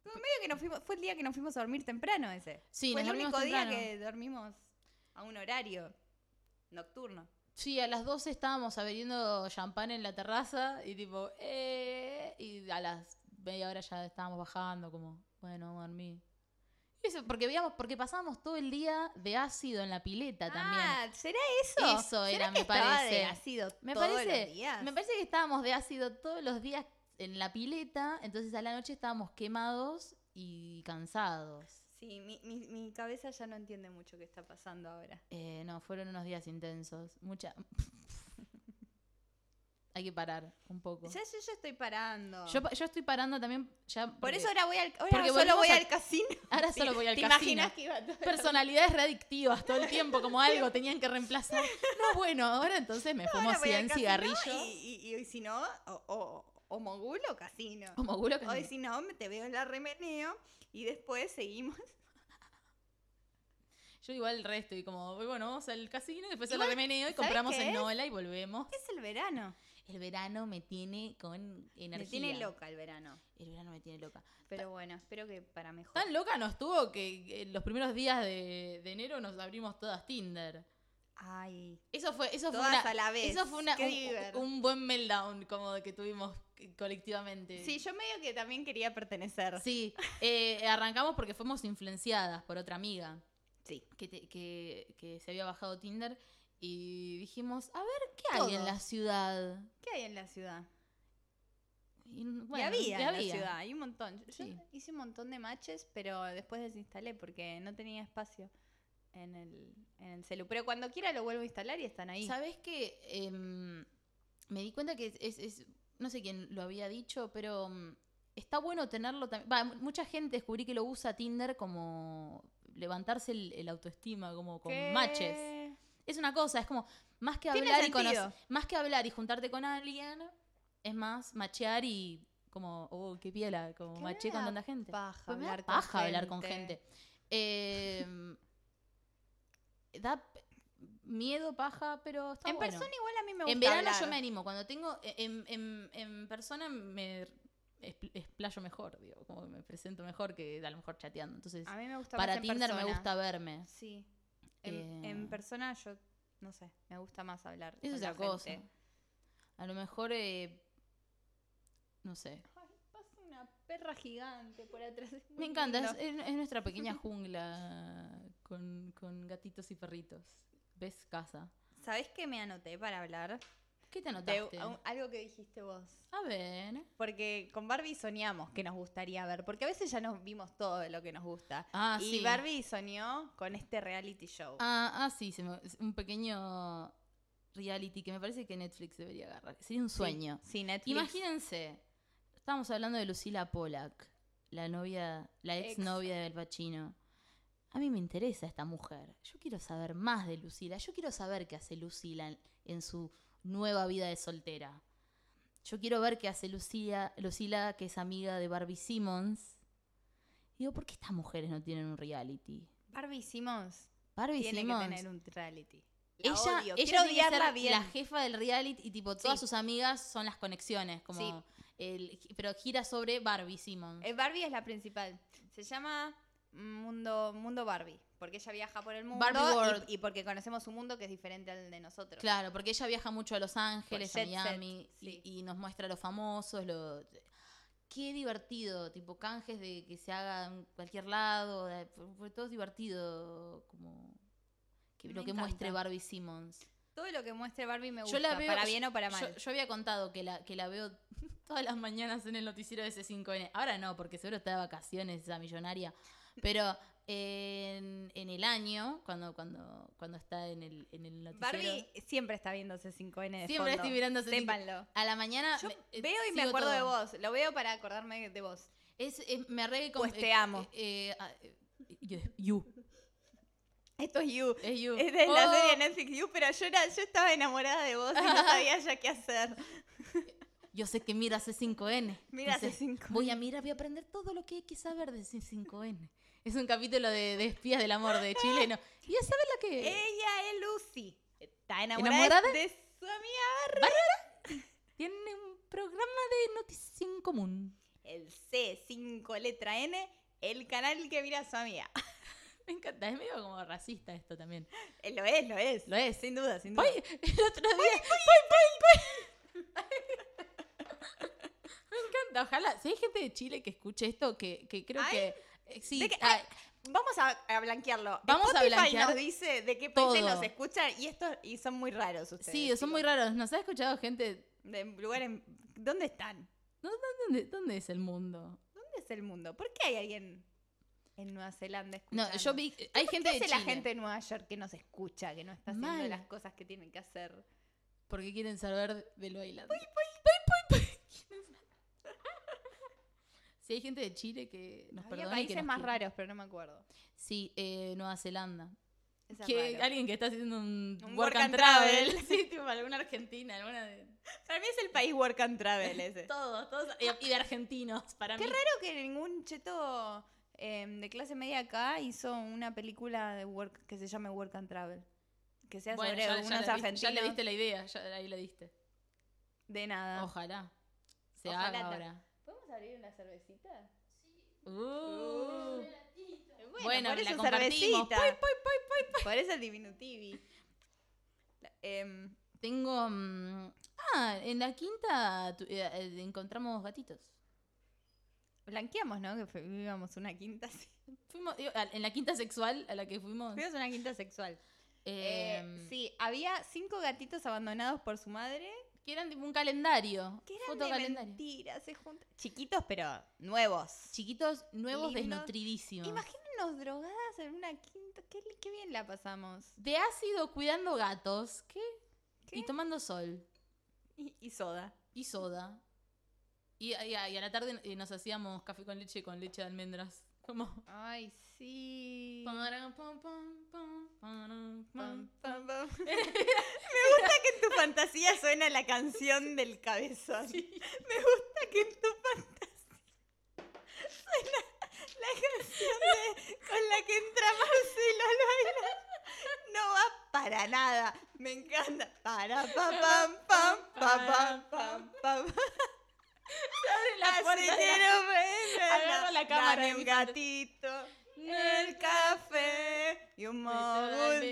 Speaker 1: Como medio que nos fuimos, fue el día que nos fuimos a dormir temprano ese.
Speaker 2: Sí,
Speaker 1: fue
Speaker 2: nos
Speaker 1: el único
Speaker 2: dormimos
Speaker 1: día
Speaker 2: temprano.
Speaker 1: que dormimos a un horario nocturno.
Speaker 2: Sí, a las 12 estábamos abriendo champán en la terraza y tipo, eh, y a las media hora ya estábamos bajando, como, bueno, vamos a dormir. Y Eso, porque veíamos, porque pasábamos todo el día de ácido en la pileta también.
Speaker 1: Ah, ¿será eso?
Speaker 2: Eso
Speaker 1: ¿Será
Speaker 2: era,
Speaker 1: que
Speaker 2: me
Speaker 1: estaba
Speaker 2: parece.
Speaker 1: de ácido
Speaker 2: Me
Speaker 1: todos
Speaker 2: parece,
Speaker 1: los días?
Speaker 2: me parece que estábamos de ácido todos los días en la pileta, entonces a la noche estábamos quemados y cansados.
Speaker 1: Sí, mi, mi- mi cabeza ya no entiende mucho qué está pasando ahora.
Speaker 2: Eh, no, fueron unos días intensos. Mucha. Hay que parar un poco.
Speaker 1: Ya yo, yo estoy parando.
Speaker 2: Yo, pa- yo estoy parando también ya.
Speaker 1: Por
Speaker 2: porque-
Speaker 1: eso ahora voy al ahora
Speaker 2: porque
Speaker 1: solo
Speaker 2: volvimos
Speaker 1: voy
Speaker 2: a-
Speaker 1: al casino.
Speaker 2: Ahora
Speaker 1: Sí,
Speaker 2: solo voy al
Speaker 1: ¿Te
Speaker 2: casino.
Speaker 1: imaginas que iba a todo?
Speaker 2: Personalidades readictivas todo el tiempo, como algo tenían que reemplazar. No, bueno, ahora entonces me fumo
Speaker 1: Ahora voy al
Speaker 2: 100
Speaker 1: casino
Speaker 2: cigarrillos.
Speaker 1: Y, y- y si no, o, o, o mogul o casino.
Speaker 2: Como culo que
Speaker 1: Hoy
Speaker 2: no.
Speaker 1: si no, me te veo en la remeneo y después seguimos.
Speaker 2: Yo igual el resto, y como, bueno, vamos al casino, después al
Speaker 1: Igual,
Speaker 2: remeneo y
Speaker 1: ¿sabes
Speaker 2: compramos
Speaker 1: qué
Speaker 2: en
Speaker 1: es?
Speaker 2: Nola y volvemos.
Speaker 1: Es el verano.
Speaker 2: El verano me tiene con energía.
Speaker 1: Me tiene loca el verano.
Speaker 2: El verano me tiene loca.
Speaker 1: Pero bueno, espero que para mejor.
Speaker 2: Tan loca nos tuvo que en los primeros días de, de enero nos abrimos todas Tinder.
Speaker 1: Ay,
Speaker 2: Eso fue, eso
Speaker 1: todas
Speaker 2: fue una,
Speaker 1: a la vez.
Speaker 2: Eso fue una-
Speaker 1: Qué
Speaker 2: un-
Speaker 1: divertido.
Speaker 2: un, buen meltdown como que tuvimos eh, colectivamente.
Speaker 1: Sí, yo medio que también quería pertenecer.
Speaker 2: Sí, eh, arrancamos porque fuimos influenciadas por otra amiga
Speaker 1: Sí.
Speaker 2: que, te- que, que se había bajado Tinder y dijimos, a ver, ¿qué hay en
Speaker 1: Todos.
Speaker 2: la ciudad?
Speaker 1: ¿Qué hay en la ciudad?
Speaker 2: Y, n-
Speaker 1: y
Speaker 2: bueno,
Speaker 1: había
Speaker 2: y
Speaker 1: en
Speaker 2: había.
Speaker 1: la ciudad, hay un montón. Yo
Speaker 2: Sí.
Speaker 1: hice un montón de matches, pero después desinstalé porque no tenía espacio en el, en el celu. Pero cuando quiera lo vuelvo a instalar y están ahí.
Speaker 2: ¿Sabes qué? Em, me di cuenta que es, es- es- no sé quién lo había dicho, pero mm, está bueno tenerlo también. Va, mu- mucha gente descubrí que lo usa Tinder como levantarse el, el autoestima, como con
Speaker 1: ¿Qué?
Speaker 2: matches. Es una cosa, es como más que
Speaker 1: Tiene
Speaker 2: hablar y
Speaker 1: sentido.
Speaker 2: conocer, más que hablar y juntarte con alguien, es más machear y como, oh, qué piela, como
Speaker 1: Que me
Speaker 2: maché con
Speaker 1: da
Speaker 2: tanta gente.
Speaker 1: Paja
Speaker 2: Pues me da
Speaker 1: hablar con
Speaker 2: paja hablar con
Speaker 1: gente.
Speaker 2: gente. Eh, da p- miedo, paja, pero está
Speaker 1: en
Speaker 2: bueno.
Speaker 1: persona igual a mí me gusta
Speaker 2: En verano
Speaker 1: hablar.
Speaker 2: yo me animo. Cuando tengo. eh, En, en- en persona me espl- explayo mejor, digo. Como que me presento mejor que a lo mejor chateando. Entonces,
Speaker 1: A mí me gusta
Speaker 2: para
Speaker 1: más en
Speaker 2: Tinder me
Speaker 1: persona.
Speaker 2: gusta verme.
Speaker 1: Sí. En,
Speaker 2: Eh.
Speaker 1: en persona yo, no sé, me gusta más hablar.
Speaker 2: Eso
Speaker 1: con
Speaker 2: es
Speaker 1: la
Speaker 2: otra cosa.
Speaker 1: gente.
Speaker 2: A lo mejor. eh, no sé.
Speaker 1: Ay, pasa una perra gigante por atrás. es muy
Speaker 2: Me encanta. Es,
Speaker 1: lindo.
Speaker 2: es- es nuestra pequeña jungla con, con gatitos y perritos. ¿Ves casa?
Speaker 1: ¿Sabés qué me anoté para hablar?
Speaker 2: ¿Qué
Speaker 1: De
Speaker 2: te anotaste?
Speaker 1: un- algo que dijiste vos.
Speaker 2: A ver.
Speaker 1: Porque con Barbie soñamos que nos gustaría ver, porque a veces ya nos vimos todo de lo que nos gusta.
Speaker 2: Ah,
Speaker 1: y
Speaker 2: sí.
Speaker 1: Barbie soñó con este reality show.
Speaker 2: Ah, ah, sí, se me- es un pequeño reality que me parece que Netflix debería agarrar. Sería un
Speaker 1: Sí,
Speaker 2: sueño.
Speaker 1: Sí, Netflix.
Speaker 2: Imagínense, estábamos hablando de Lucila Polak, la novia, la
Speaker 1: Ex.
Speaker 2: ex novia del Pacino. A mí me interesa esta mujer. Yo quiero saber más de Lucila. Yo quiero saber qué hace Lucila en, en su nueva vida de soltera. Yo quiero ver qué hace Lucila, Lucila que es amiga de Barbie Simmons. Digo, ¿por qué estas mujeres no tienen un reality?
Speaker 1: Barbie Simmons
Speaker 2: Barbie
Speaker 1: tiene
Speaker 2: Simmons
Speaker 1: que tener un reality. La
Speaker 2: ella,
Speaker 1: odio. Quiero
Speaker 2: ella tiene que ser
Speaker 1: odiarla bien.
Speaker 2: la jefa del reality y tipo todas
Speaker 1: Sí.
Speaker 2: sus amigas son las conexiones, como
Speaker 1: Sí.
Speaker 2: el, pero gira sobre Barbie Simon.
Speaker 1: Eh, Barbie es la principal. Se llama Mundo, Mundo Barbie, porque ella viaja por el mundo
Speaker 2: Barbie
Speaker 1: y-
Speaker 2: World.
Speaker 1: Y, porque conocemos un mundo que es diferente al de nosotros.
Speaker 2: Claro, porque ella viaja mucho a Los Ángeles, a
Speaker 1: Pues Jet set,
Speaker 2: Miami y-
Speaker 1: sí.
Speaker 2: y, nos muestra a los famosos, lo qué divertido, tipo canjes de que se haga en cualquier lado, de- por- por todo es divertido como que-
Speaker 1: Me
Speaker 2: lo que
Speaker 1: encanta.
Speaker 2: muestre Barbie Simmons.
Speaker 1: Todo lo que muestre Barbie me
Speaker 2: Yo
Speaker 1: gusta,
Speaker 2: la veo-
Speaker 1: para bien o para
Speaker 2: Yo-
Speaker 1: mal.
Speaker 2: Yo, había contado que la, que la veo todas las mañanas en el noticiero de C5N. Ahora no, porque seguro está de vacaciones esa millonaria. Pero en, en el año, cuando, cuando, cuando está en el, en el noticiero.
Speaker 1: Barbie siempre está viendo C5N de
Speaker 2: Siempre
Speaker 1: fondo.
Speaker 2: estoy mirando C5N.
Speaker 1: Sépanlo.
Speaker 2: A la mañana.
Speaker 1: Yo
Speaker 2: me- eh,
Speaker 1: veo y Ah, me
Speaker 2: sigo
Speaker 1: acuerdo
Speaker 2: todo.
Speaker 1: de vos. Lo veo para acordarme de vos.
Speaker 2: Es, es- me arreglé con.
Speaker 1: Pues te amo.
Speaker 2: eh, eh, ah, eh, you- you.
Speaker 1: Esto es You.
Speaker 2: Es you.
Speaker 1: Es de la
Speaker 2: Oh,
Speaker 1: serie Netflix You, pero yo, era, yo estaba enamorada de vos y no sabía ya qué hacer.
Speaker 2: Yo sé que mira C5N.
Speaker 1: Mira
Speaker 2: Dice,
Speaker 1: C5N.
Speaker 2: Voy a mirar, voy a aprender todo lo que hay que saber de C5N. Es un capítulo de, de espías del amor de chileno. Y ya sabes lo que.
Speaker 1: Ella es Lucy. Está enamorada,
Speaker 2: ¿Enamorada?
Speaker 1: de su amiga
Speaker 2: Tiene un programa de noticias en común.
Speaker 1: el C5 letra N, el canal que mira su amiga.
Speaker 2: Me encanta, es medio como racista esto también.
Speaker 1: Eh, Lo es, lo es.
Speaker 2: Lo es.
Speaker 1: Sin duda, sin duda.
Speaker 2: Voy, el otro día. voy, voy, voy. Me encanta, ojalá. Si hay gente de Chile que escuche esto, que, que creo
Speaker 1: Ay,
Speaker 2: que. eh, Sí,
Speaker 1: de que-
Speaker 2: ah,
Speaker 1: Vamos a, a blanquearlo.
Speaker 2: Vamos a
Speaker 1: Spotify
Speaker 2: blanquear
Speaker 1: nos dice de qué países
Speaker 2: todo.
Speaker 1: nos escuchan y estos y son muy raros ustedes.
Speaker 2: sí, son muy raros. Nos ha escuchado gente.
Speaker 1: De lugares. ¿Dónde están?
Speaker 2: ¿Dónde, dónde es el mundo?
Speaker 1: ¿Dónde es el mundo? ¿Por qué hay alguien en Nueva Zelanda
Speaker 2: No,
Speaker 1: escuchando?
Speaker 2: yo vi. Hay gente
Speaker 1: ¿Qué hace
Speaker 2: de Chile.
Speaker 1: la gente de Nueva York que nos escucha, que no está haciendo
Speaker 2: Mal.
Speaker 1: las cosas que tienen que hacer?
Speaker 2: Porque quieren saber de lo bailando. Si hay gente de Chile que nos
Speaker 1: Había
Speaker 2: perdone y que
Speaker 1: países
Speaker 2: nos
Speaker 1: más
Speaker 2: quiera.
Speaker 1: raros, pero no me acuerdo.
Speaker 2: Sí, eh, Nueva Zelanda.
Speaker 1: Eso es
Speaker 2: Que
Speaker 1: raro.
Speaker 2: alguien que está haciendo un,
Speaker 1: Un
Speaker 2: work, and travel. Sí, tipo alguna argentina, alguna de.
Speaker 1: Para mí es el país work and travel ese.
Speaker 2: Todos, todos. Y, y de argentinos, para
Speaker 1: Qué
Speaker 2: mí.
Speaker 1: raro que ningún cheto eh, de clase media acá hizo una película de work que se llame Work and Travel. Que sea
Speaker 2: Bueno,
Speaker 1: sobre
Speaker 2: ya, ya
Speaker 1: unos
Speaker 2: le diste-
Speaker 1: argentinos.
Speaker 2: ya le diste la idea, ya ahí la diste.
Speaker 1: De nada.
Speaker 2: Ojalá. Se
Speaker 1: Ah. Ojalá
Speaker 2: haga
Speaker 1: ta-
Speaker 2: ahora.
Speaker 1: ¿Podemos abrir una cervecita?
Speaker 2: Uh.
Speaker 1: Bueno,
Speaker 2: Bueno,
Speaker 1: por
Speaker 2: la
Speaker 1: eso
Speaker 2: compartimos. pues.
Speaker 1: cervecita. Por eso el diminutivi. La- em,
Speaker 2: Tengo. mm, ah, en la quinta tu- eh, eh, encontramos gatitos.
Speaker 1: blanqueamos, ¿no? Que fue- vivíamos una quinta. sí.
Speaker 2: Fuimos, digo, a- en la quinta sexual a la que fuimos.
Speaker 1: Fuimos una quinta sexual. Eh,
Speaker 2: eh,
Speaker 1: sí, había cinco gatitos abandonados por su madre.
Speaker 2: Que eran tipo un calendario.
Speaker 1: Que eran de
Speaker 2: Fotocalendario.
Speaker 1: mentira, se juntan. Chiquitos, pero nuevos.
Speaker 2: Chiquitos, nuevos,
Speaker 1: Lindos.
Speaker 2: desnutridísimos.
Speaker 1: Imagínenos drogadas en una quinta. Qué, li- qué bien la pasamos.
Speaker 2: De ácido cuidando gatos. ¿Qué?
Speaker 1: ¿Qué?
Speaker 2: Y tomando sol.
Speaker 1: Y, y soda.
Speaker 2: Y soda. Y, y a, y a la tarde eh, nos hacíamos café con leche con leche de almendras. Como.
Speaker 1: Ay, sí.
Speaker 2: Param, pam, pam, pam, param,
Speaker 1: Pam, pam,
Speaker 2: pam.
Speaker 1: pam. Me gusta que en tu fantasía suena la canción del cabezón. Me gusta que en tu fantasía suena la canción de- con la que entra Marcelo al bailar. No va para nada. Me encanta. Para pa pam pam pa pam pam pam. Así que no me-
Speaker 2: Agarra la cámara,
Speaker 1: Dame un
Speaker 2: Vicente.
Speaker 1: gatito, el café y un mogul.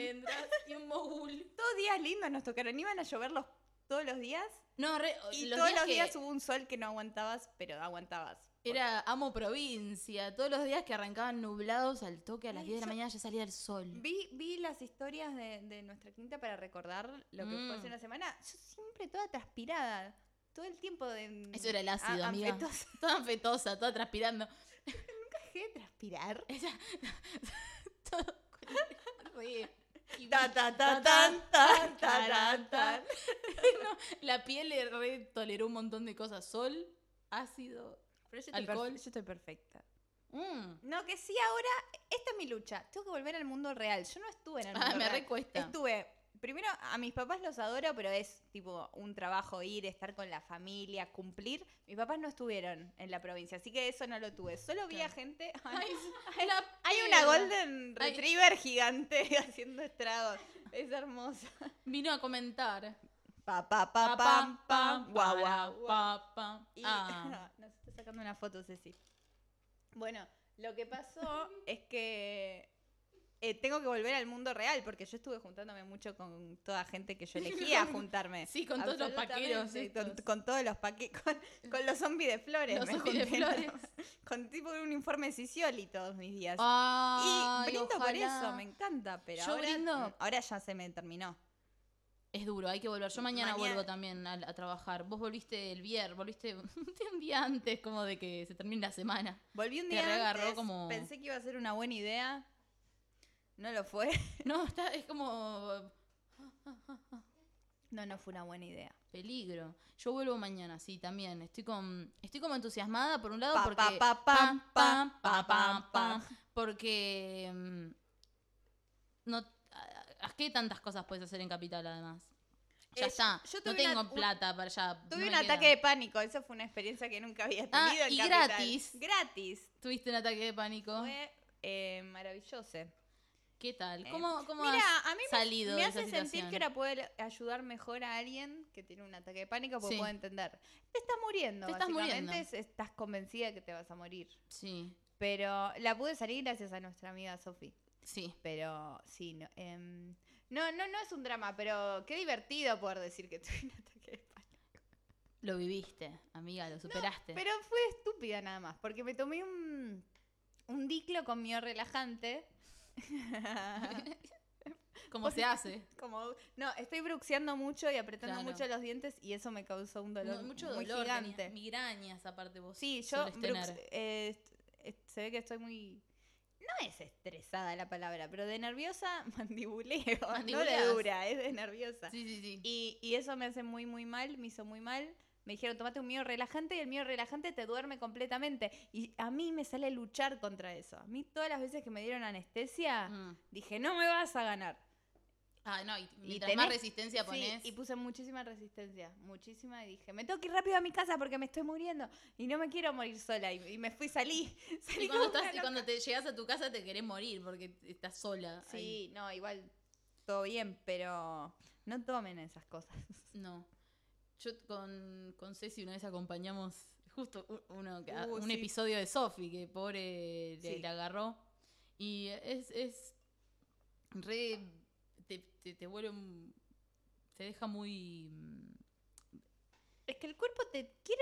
Speaker 2: y un mogul.
Speaker 1: Todos días lindos nos tocaron. Iban a llover los, todos los días.
Speaker 2: No, re-
Speaker 1: Y
Speaker 2: los
Speaker 1: todos
Speaker 2: días
Speaker 1: los
Speaker 2: que
Speaker 1: días hubo un sol que no aguantabas, pero aguantabas.
Speaker 2: Era amo provincia. Todos los días que arrancaban nublados al toque a las
Speaker 1: Ay,
Speaker 2: 10 de la
Speaker 1: yo-
Speaker 2: mañana ya salía el sol.
Speaker 1: Vi, vi las historias de, de nuestra quinta para recordar lo que
Speaker 2: Mm.
Speaker 1: fue hace una semana. Yo siempre toda transpirada. Todo el tiempo de.
Speaker 2: Eso era el ácido,
Speaker 1: a-
Speaker 2: amiga.
Speaker 1: anfetosa.
Speaker 2: Toda fetosa, toda transpirando.
Speaker 1: Dejé de transpirar.
Speaker 2: Ella- todo re- y-
Speaker 1: Ta, ta, ta, tan, tan, ta,
Speaker 2: tarán,
Speaker 1: tan, tan.
Speaker 2: No, la piel le re toleró un montón de cosas. Sol, ácido.
Speaker 1: Pero yo estoy,
Speaker 2: Alcohol.
Speaker 1: perfe- yo estoy perfecta.
Speaker 2: Mm.
Speaker 1: No, que sí, ahora. Esta es mi lucha. Tengo que volver al mundo real. Yo no estuve en el mundo
Speaker 2: Ah, me
Speaker 1: real.
Speaker 2: recuesta.
Speaker 1: Estuve. Primero, a mis papás los adoro, pero es tipo un trabajo ir, estar con la familia, cumplir. Mis papás no estuvieron en la provincia, así que eso no lo tuve. Solo vi a
Speaker 2: Claro.
Speaker 1: gente.
Speaker 2: Ay,
Speaker 1: Hay una Golden
Speaker 2: Ay.
Speaker 1: Retriever gigante haciendo estragos. Es hermosa.
Speaker 2: Vino a comentar.
Speaker 1: Pa, pa, pa,
Speaker 2: Pa,
Speaker 1: pam, pam, guau,
Speaker 2: para,
Speaker 1: guau, guau.
Speaker 2: pa, pam.
Speaker 1: Y
Speaker 2: Ah.
Speaker 1: nos está sacando una foto, Ceci. Bueno, lo que pasó es que eh, tengo que volver al mundo real, porque yo estuve juntándome mucho con toda gente que yo elegía juntarme.
Speaker 2: Sí, con todos los
Speaker 1: Absolutamente,
Speaker 2: paqueros
Speaker 1: Con,
Speaker 2: estos.
Speaker 1: con todos los paqueros. Con, con los zombies de flores.
Speaker 2: Los
Speaker 1: me
Speaker 2: zombies de
Speaker 1: junté, ¿no?
Speaker 2: flores.
Speaker 1: Con tipo un informe de Sicioli todos mis días.
Speaker 2: Ay,
Speaker 1: Y brindo por
Speaker 2: ojalá.
Speaker 1: eso, me encanta, pero
Speaker 2: Yo
Speaker 1: ahora, mm,
Speaker 2: brindo-
Speaker 1: ahora ya se me terminó.
Speaker 2: Es duro, hay que volver. Yo mañana,
Speaker 1: Mañana.
Speaker 2: vuelvo también a, a trabajar. Vos volviste el viernes, volviste un día antes como de que se termine la semana.
Speaker 1: Volví un
Speaker 2: Te
Speaker 1: día
Speaker 2: reagarró
Speaker 1: antes,
Speaker 2: como-
Speaker 1: pensé que iba a ser una buena idea, no lo fue.
Speaker 2: No, está, es como
Speaker 1: No, no fue una buena idea.
Speaker 2: peligro. Yo vuelvo mañana, sí, también. Estoy con estoy como entusiasmada por un lado
Speaker 1: Pa,
Speaker 2: porque
Speaker 1: pa, pa, pam,
Speaker 2: pam,
Speaker 1: pam,
Speaker 2: pam,
Speaker 1: pam,
Speaker 2: pam,
Speaker 1: pam.
Speaker 2: porque mm, no a- a- ¿qué tantas cosas puedes hacer en capital además? Ya
Speaker 1: Eh,
Speaker 2: está.
Speaker 1: yo
Speaker 2: no
Speaker 1: tuve una-
Speaker 2: tengo
Speaker 1: un-
Speaker 2: plata para allá.
Speaker 1: Tuve
Speaker 2: no
Speaker 1: un
Speaker 2: me queda.
Speaker 1: ataque de pánico, eso fue una experiencia que nunca había
Speaker 2: Ah,
Speaker 1: tenido en
Speaker 2: y
Speaker 1: Capital.
Speaker 2: gratis.
Speaker 1: Gratis.
Speaker 2: Tuviste un ataque de pánico.
Speaker 1: Fue eh, maravilloso.
Speaker 2: ¿Qué tal?
Speaker 1: Eh,
Speaker 2: ¿Cómo, cómo
Speaker 1: Mira,
Speaker 2: has
Speaker 1: a mí me-
Speaker 2: salido
Speaker 1: me
Speaker 2: de
Speaker 1: hace
Speaker 2: esa
Speaker 1: sentir que
Speaker 2: situación?
Speaker 1: ahora puedo ayudar mejor a alguien que tiene un ataque de pánico porque
Speaker 2: Sí.
Speaker 1: puedo entender. Te estás muriendo,
Speaker 2: Te estás
Speaker 1: básicamente
Speaker 2: muriendo.
Speaker 1: es- estás convencida de que te vas a morir.
Speaker 2: Sí,
Speaker 1: Pero la pude salir gracias a nuestra amiga Sofi.
Speaker 2: sí.
Speaker 1: Pero sí, no, em, no, no, no es un drama, pero qué divertido poder decir que tuve un ataque de pánico.
Speaker 2: Lo viviste, amiga, lo superaste.
Speaker 1: Pero fue estúpida nada más, porque me tomé un, un diclo con mi relajante.
Speaker 2: ¿Cómo se hace?
Speaker 1: Como, no, estoy bruxeando mucho y apretando
Speaker 2: Claro.
Speaker 1: mucho los dientes y eso me causó un dolor
Speaker 2: No, mucho
Speaker 1: muy
Speaker 2: dolor, tenías
Speaker 1: gigante.
Speaker 2: migrañas aparte vos.
Speaker 1: Sí, yo
Speaker 2: solés
Speaker 1: brux-
Speaker 2: tener.
Speaker 1: eh, est- est- se ve que estoy muy no es estresada la palabra, pero de nerviosa mandibuleo, no de
Speaker 2: Mandibuleas.
Speaker 1: dura, es de nerviosa.
Speaker 2: Sí, sí, sí.
Speaker 1: Y, y eso me hace muy, muy mal, me hizo muy mal. Me dijeron, tomate un miedo relajante y el miedo relajante te duerme completamente. Y a mí me sale luchar contra eso. A mí todas las veces que me dieron anestesia,
Speaker 2: Mm.
Speaker 1: dije, no me vas a ganar.
Speaker 2: Ah, no, y mientras
Speaker 1: tenés-
Speaker 2: más resistencia
Speaker 1: Sí,
Speaker 2: pones.
Speaker 1: y puse muchísima resistencia, muchísima. Y dije, me tengo que ir rápido a mi casa porque me estoy muriendo. Y no me quiero morir sola. Y, y me fui, salí. salí
Speaker 2: cuando,
Speaker 1: como
Speaker 2: estás- y
Speaker 1: una
Speaker 2: cuando te llegas a tu casa te querés morir porque estás sola.
Speaker 1: loca.
Speaker 2: ahí.
Speaker 1: Sí, no, igual todo bien, pero no tomen esas cosas.
Speaker 2: No. Yo con, con Ceci una vez acompañamos justo u- uno, que- a-
Speaker 1: Uh,
Speaker 2: un
Speaker 1: sí.
Speaker 2: episodio de Sofi, que pobre le,
Speaker 1: Sí.
Speaker 2: le agarró. Y es, es re. Te, te, te vuelve. un- Te deja muy. mm,
Speaker 1: Es que el cuerpo te quiere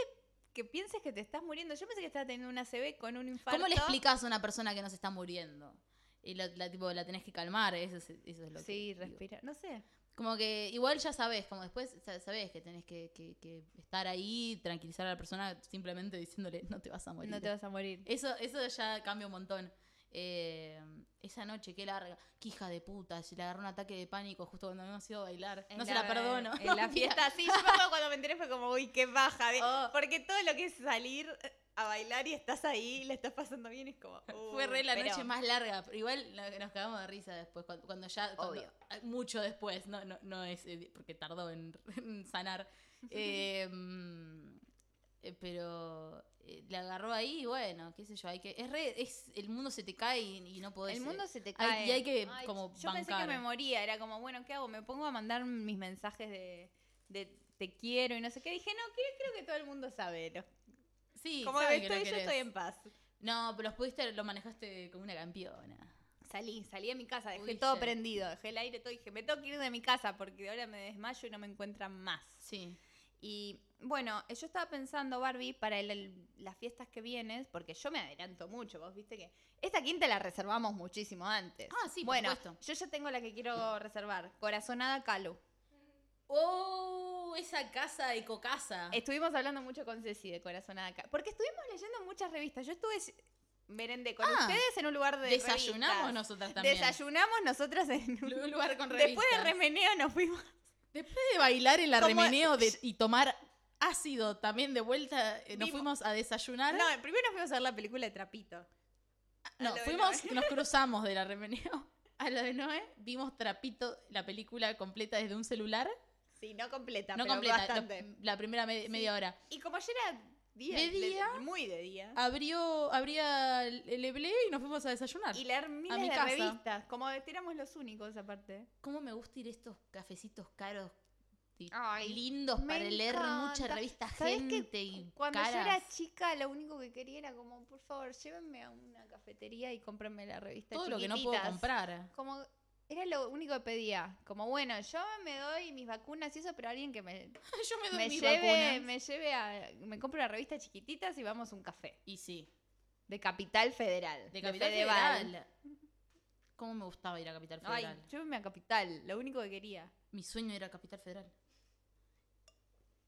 Speaker 1: que pienses que te estás muriendo. Yo pensé que estaba teniendo una CB con un infarto.
Speaker 2: ¿Cómo le explicas a una persona que no se está muriendo? Y la, la- tipo, la tenés que calmar, eso es, eso es lo que.
Speaker 1: Sí,
Speaker 2: digo.
Speaker 1: respira. No sé.
Speaker 2: Como que igual ya sabés, como después sa- sabés que tenés que, que- que estar ahí, tranquilizar a la persona simplemente diciéndole, no te vas a morir.
Speaker 1: No te vas a morir.
Speaker 2: Eso, eso ya cambia un montón. Eh, esa noche, qué larga, qué hija de puta, se le agarró un ataque de pánico justo cuando habíamos ido a bailar.
Speaker 1: En
Speaker 2: no se la perdono.
Speaker 1: En la fiesta, sí, yo me acuerdo cuando me enteré fue como, uy, qué baja. de-
Speaker 2: Oh.
Speaker 1: Porque todo lo que es salir eh, a bailar y estás ahí y la estás pasando bien es como.
Speaker 2: Fue re
Speaker 1: uh,
Speaker 2: la
Speaker 1: pero-
Speaker 2: noche más larga, pero igual no- nos cagamos de risa después, cuando, cuando ya, cuando-
Speaker 1: Obvio.
Speaker 2: ah, mucho después, no, no, no es, eh, porque tardó en, en sanar. Eh, mm, Eh, pero eh, la agarró ahí y bueno, qué sé yo, hay que. Es re- es, el mundo se te cae y, y no podés.
Speaker 1: El
Speaker 2: eh,
Speaker 1: mundo se te
Speaker 2: hay-
Speaker 1: cae.
Speaker 2: y hay que
Speaker 4: Ay,
Speaker 2: como
Speaker 1: Yo pensé que
Speaker 2: bancar.
Speaker 1: me moría, era como, bueno, ¿qué hago? Me pongo a mandar mis mensajes de, de te quiero y no sé qué. Dije, no, que- creo que todo el mundo sabe. ¿no?
Speaker 2: Sí,
Speaker 1: como
Speaker 2: saben que
Speaker 1: estoy,
Speaker 2: no
Speaker 1: yo
Speaker 2: querés.
Speaker 1: estoy en paz.
Speaker 2: No, pero los pudiste, lo manejaste como una campeona.
Speaker 1: Salí, salí de mi casa, dejé
Speaker 2: Pudiste.
Speaker 1: todo prendido, dejé el aire todo, dije, me tengo que ir de mi casa porque de ahora me desmayo y no me encuentran más.
Speaker 2: Sí.
Speaker 1: Y bueno, eh, yo estaba pensando, Barbie, para el- el- las fiestas que vienes, porque yo me adelanto mucho, vos viste que esta quinta la reservamos muchísimo antes.
Speaker 2: Ah, sí, por
Speaker 1: bueno,
Speaker 2: supuesto.
Speaker 1: yo ya tengo la que quiero reservar, Corazonada Calu.
Speaker 2: Oh, esa casa de cocasa.
Speaker 1: Estuvimos hablando mucho con Ceci de Corazonada Calu, porque estuvimos leyendo muchas revistas. Yo estuve, merendé con
Speaker 2: Ah,
Speaker 1: ustedes en un lugar de
Speaker 2: Desayunamos
Speaker 1: revistas.
Speaker 2: nosotras también.
Speaker 1: Desayunamos nosotras en un
Speaker 2: Un lugar con
Speaker 1: Después de
Speaker 2: revistas.
Speaker 1: remeneo nos fuimos.
Speaker 2: Después de bailar el
Speaker 1: Como-
Speaker 2: arremeneo de- y tomar ácido también de vuelta, eh, nos
Speaker 1: Vimos-
Speaker 2: fuimos a desayunar.
Speaker 1: No, primero nos fuimos a ver la película de Trapito.
Speaker 2: No,
Speaker 1: a lo de
Speaker 2: fuimos, nos cruzamos del arremeneo a la de Noé, vimos Trapito, la película completa desde un celular.
Speaker 1: Sí, no completa,
Speaker 2: no
Speaker 1: pero
Speaker 2: completa,
Speaker 1: bastante.
Speaker 2: lo- la primera me- media hora.
Speaker 1: Y como ayer era día,
Speaker 2: De
Speaker 1: le-
Speaker 2: día. Ah,
Speaker 1: muy de día.
Speaker 2: Abrió, abría el Eble y nos fuimos a desayunar.
Speaker 1: Y leer miles
Speaker 2: mi
Speaker 1: de
Speaker 2: casa.
Speaker 1: revistas, como que éramos los únicos aparte.
Speaker 2: ¿Cómo me gusta ir a estos cafecitos caros? y
Speaker 1: Ay,
Speaker 2: lindos
Speaker 1: me
Speaker 2: para leer mucha
Speaker 1: encanta.
Speaker 2: revista
Speaker 1: ¿Sabés que
Speaker 2: gente y
Speaker 1: Cuando
Speaker 2: caras.
Speaker 1: yo era chica, lo único que quería era como, por favor, llévenme a una cafetería y cómprenme la revista.
Speaker 2: todo lo que no puedo
Speaker 1: chiquititas.
Speaker 2: comprar.
Speaker 1: Como era lo único que pedía. Como, bueno, yo me doy mis vacunas y eso, pero alguien que me,
Speaker 2: yo me doy
Speaker 1: me
Speaker 2: mis
Speaker 1: lleve,
Speaker 2: vacunas.
Speaker 1: me lleve a. Me compro una revista chiquititas y vamos a un café.
Speaker 2: Y sí,
Speaker 1: De Capital Federal.
Speaker 2: de Capital
Speaker 1: Fedeval.
Speaker 2: Federal. ¿Cómo me gustaba ir a Capital
Speaker 1: Ay,
Speaker 2: Federal?
Speaker 1: yo me a Capital, lo único que quería.
Speaker 2: Mi sueño era Capital Federal.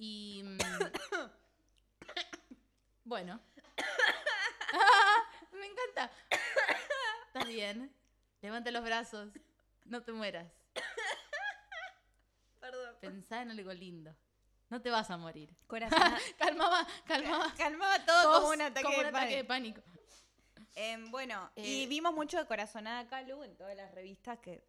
Speaker 2: Y. mm, bueno. Ah, me encanta. Estás bien. Levanta los brazos. No te mueras.
Speaker 1: Perdón.
Speaker 2: Pensá en algo lindo. No te vas a morir.
Speaker 1: Corazón.
Speaker 2: Calmaba, calmaba.
Speaker 1: Calmaba todo
Speaker 2: tos,
Speaker 1: como un ataque
Speaker 2: como
Speaker 1: de pánico.
Speaker 2: de pánico.
Speaker 1: Em, bueno,
Speaker 2: Eh,
Speaker 1: y vimos mucho de Corazonada Calu en todas las revistas que.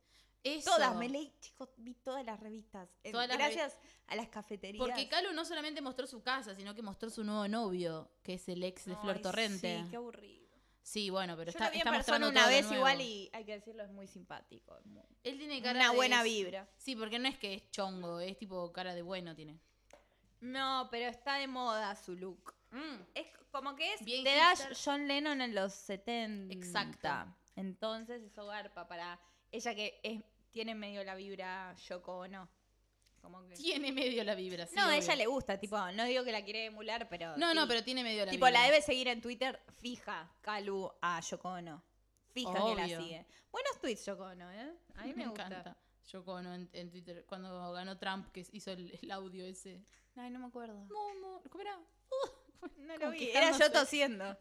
Speaker 2: Eso.
Speaker 1: Todas, me leí, chicos, vi todas las revistas. En-
Speaker 2: Todas las
Speaker 1: gracias a las cafeterías.
Speaker 2: Porque Calu no solamente mostró su casa, sino que mostró su nuevo novio, que es el ex de Flor
Speaker 1: Ay,
Speaker 2: Torrente.
Speaker 1: Sí, qué aburrido.
Speaker 2: Sí, bueno, pero
Speaker 1: yo
Speaker 2: está,
Speaker 1: lo vi en
Speaker 2: está
Speaker 1: persona
Speaker 2: mostrando
Speaker 1: una
Speaker 2: todo de
Speaker 1: vez
Speaker 2: nuevo.
Speaker 1: igual y hay que decirlo, es muy simpático. es muy-
Speaker 2: Él tiene cara
Speaker 1: Una
Speaker 2: de-
Speaker 1: buena vibra.
Speaker 2: Sí, porque no es que es chongo, es tipo cara de bueno tiene.
Speaker 1: No, pero está de moda su look. Es c- como que es.
Speaker 2: Mm. Bien
Speaker 1: te da
Speaker 2: hipster.
Speaker 1: John Lennon en los 70.
Speaker 2: Exacto.
Speaker 1: Entonces eso garpa para ella que es, tiene medio la vibra Yoko Ono. Como que.
Speaker 2: Tiene medio la vibra, sí,
Speaker 1: no, a
Speaker 2: obvio.
Speaker 1: ella le gusta, tipo, no digo que la quiere emular, pero.
Speaker 2: No, no,
Speaker 1: sí.
Speaker 2: pero tiene medio la
Speaker 1: Tipo,
Speaker 2: vibra.
Speaker 1: la debe seguir en Twitter fija, Calu a Yoko Ono. Fija que
Speaker 2: Obvio.
Speaker 1: la sigue. Buenos tweets, Yoko Ono, ¿eh? A mí me, gusta.
Speaker 2: encanta. Yo con, en, en Twitter, cuando ganó Trump, que hizo el, el audio ese.
Speaker 1: Ay, no me acuerdo.
Speaker 2: No, no, ¿cómo era?
Speaker 1: No lo
Speaker 2: Como
Speaker 1: vi.
Speaker 2: que
Speaker 1: Era yo
Speaker 2: estándose.
Speaker 1: tosiendo.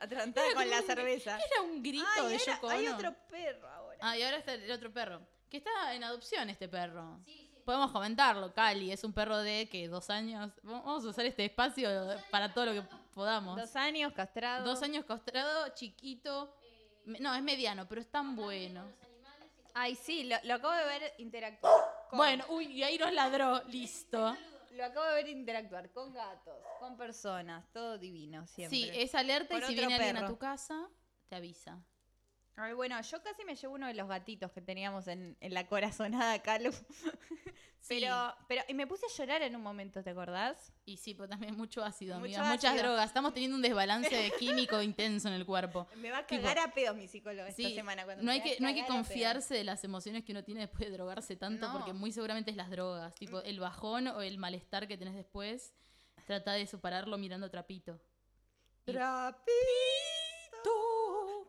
Speaker 1: Atrantada
Speaker 2: Era
Speaker 1: con la
Speaker 2: como un-
Speaker 1: cerveza.
Speaker 2: Era un grito
Speaker 1: Ay,
Speaker 2: de
Speaker 1: ahora
Speaker 2: Yoko
Speaker 1: Hay
Speaker 2: Ono.
Speaker 1: otro perro ahora.
Speaker 2: Ah, y ahora está el otro perro. Que está en adopción este perro.
Speaker 4: Sí, sí.
Speaker 2: Podemos comentarlo, Cali. Es un perro de que dos años. Vamos a usar este espacio para todo lo que podamos.
Speaker 1: Dos años castrado.
Speaker 2: Dos años costrado, chiquito.
Speaker 4: Eh,
Speaker 2: Me- No, es mediano, pero es tan bueno.
Speaker 1: Ay, sí, lo, lo acabo de ver interactuar. con-
Speaker 2: Bueno, uy, y ahí nos ladró, listo.
Speaker 1: Lo acabo de ver interactuar con gatos, con personas, todo divino siempre.
Speaker 2: Sí, es alerta y
Speaker 1: Por
Speaker 2: si
Speaker 1: otro
Speaker 2: viene alguien a
Speaker 1: perro.
Speaker 2: tu casa, te avisa.
Speaker 1: Ay, bueno, yo casi me llevo uno de los gatitos que teníamos en, en la corazonada, Calu.
Speaker 2: Sí.
Speaker 1: Pero, pero, y me puse a llorar en un momento, ¿te acordás?
Speaker 2: Y sí, pues también mucho ácido,
Speaker 1: Mucho
Speaker 2: amigas, muchas
Speaker 1: ácido.
Speaker 2: drogas. Estamos teniendo un desbalance de químico intenso en el cuerpo.
Speaker 1: Me va a
Speaker 2: Tipo,
Speaker 1: cagar a pedos mi psicólogo
Speaker 2: Sí,
Speaker 1: esta semana. Cuando
Speaker 2: no
Speaker 1: me
Speaker 2: hay
Speaker 1: va a
Speaker 2: que, no hay que
Speaker 1: cagar a pedos.
Speaker 2: confiarse de las emociones que uno tiene después de drogarse tanto,
Speaker 1: No. Mm.
Speaker 2: porque muy seguramente es las drogas, tipo el bajón o el malestar que tenés después, trata de superarlo mirando trapito.
Speaker 1: Trapito.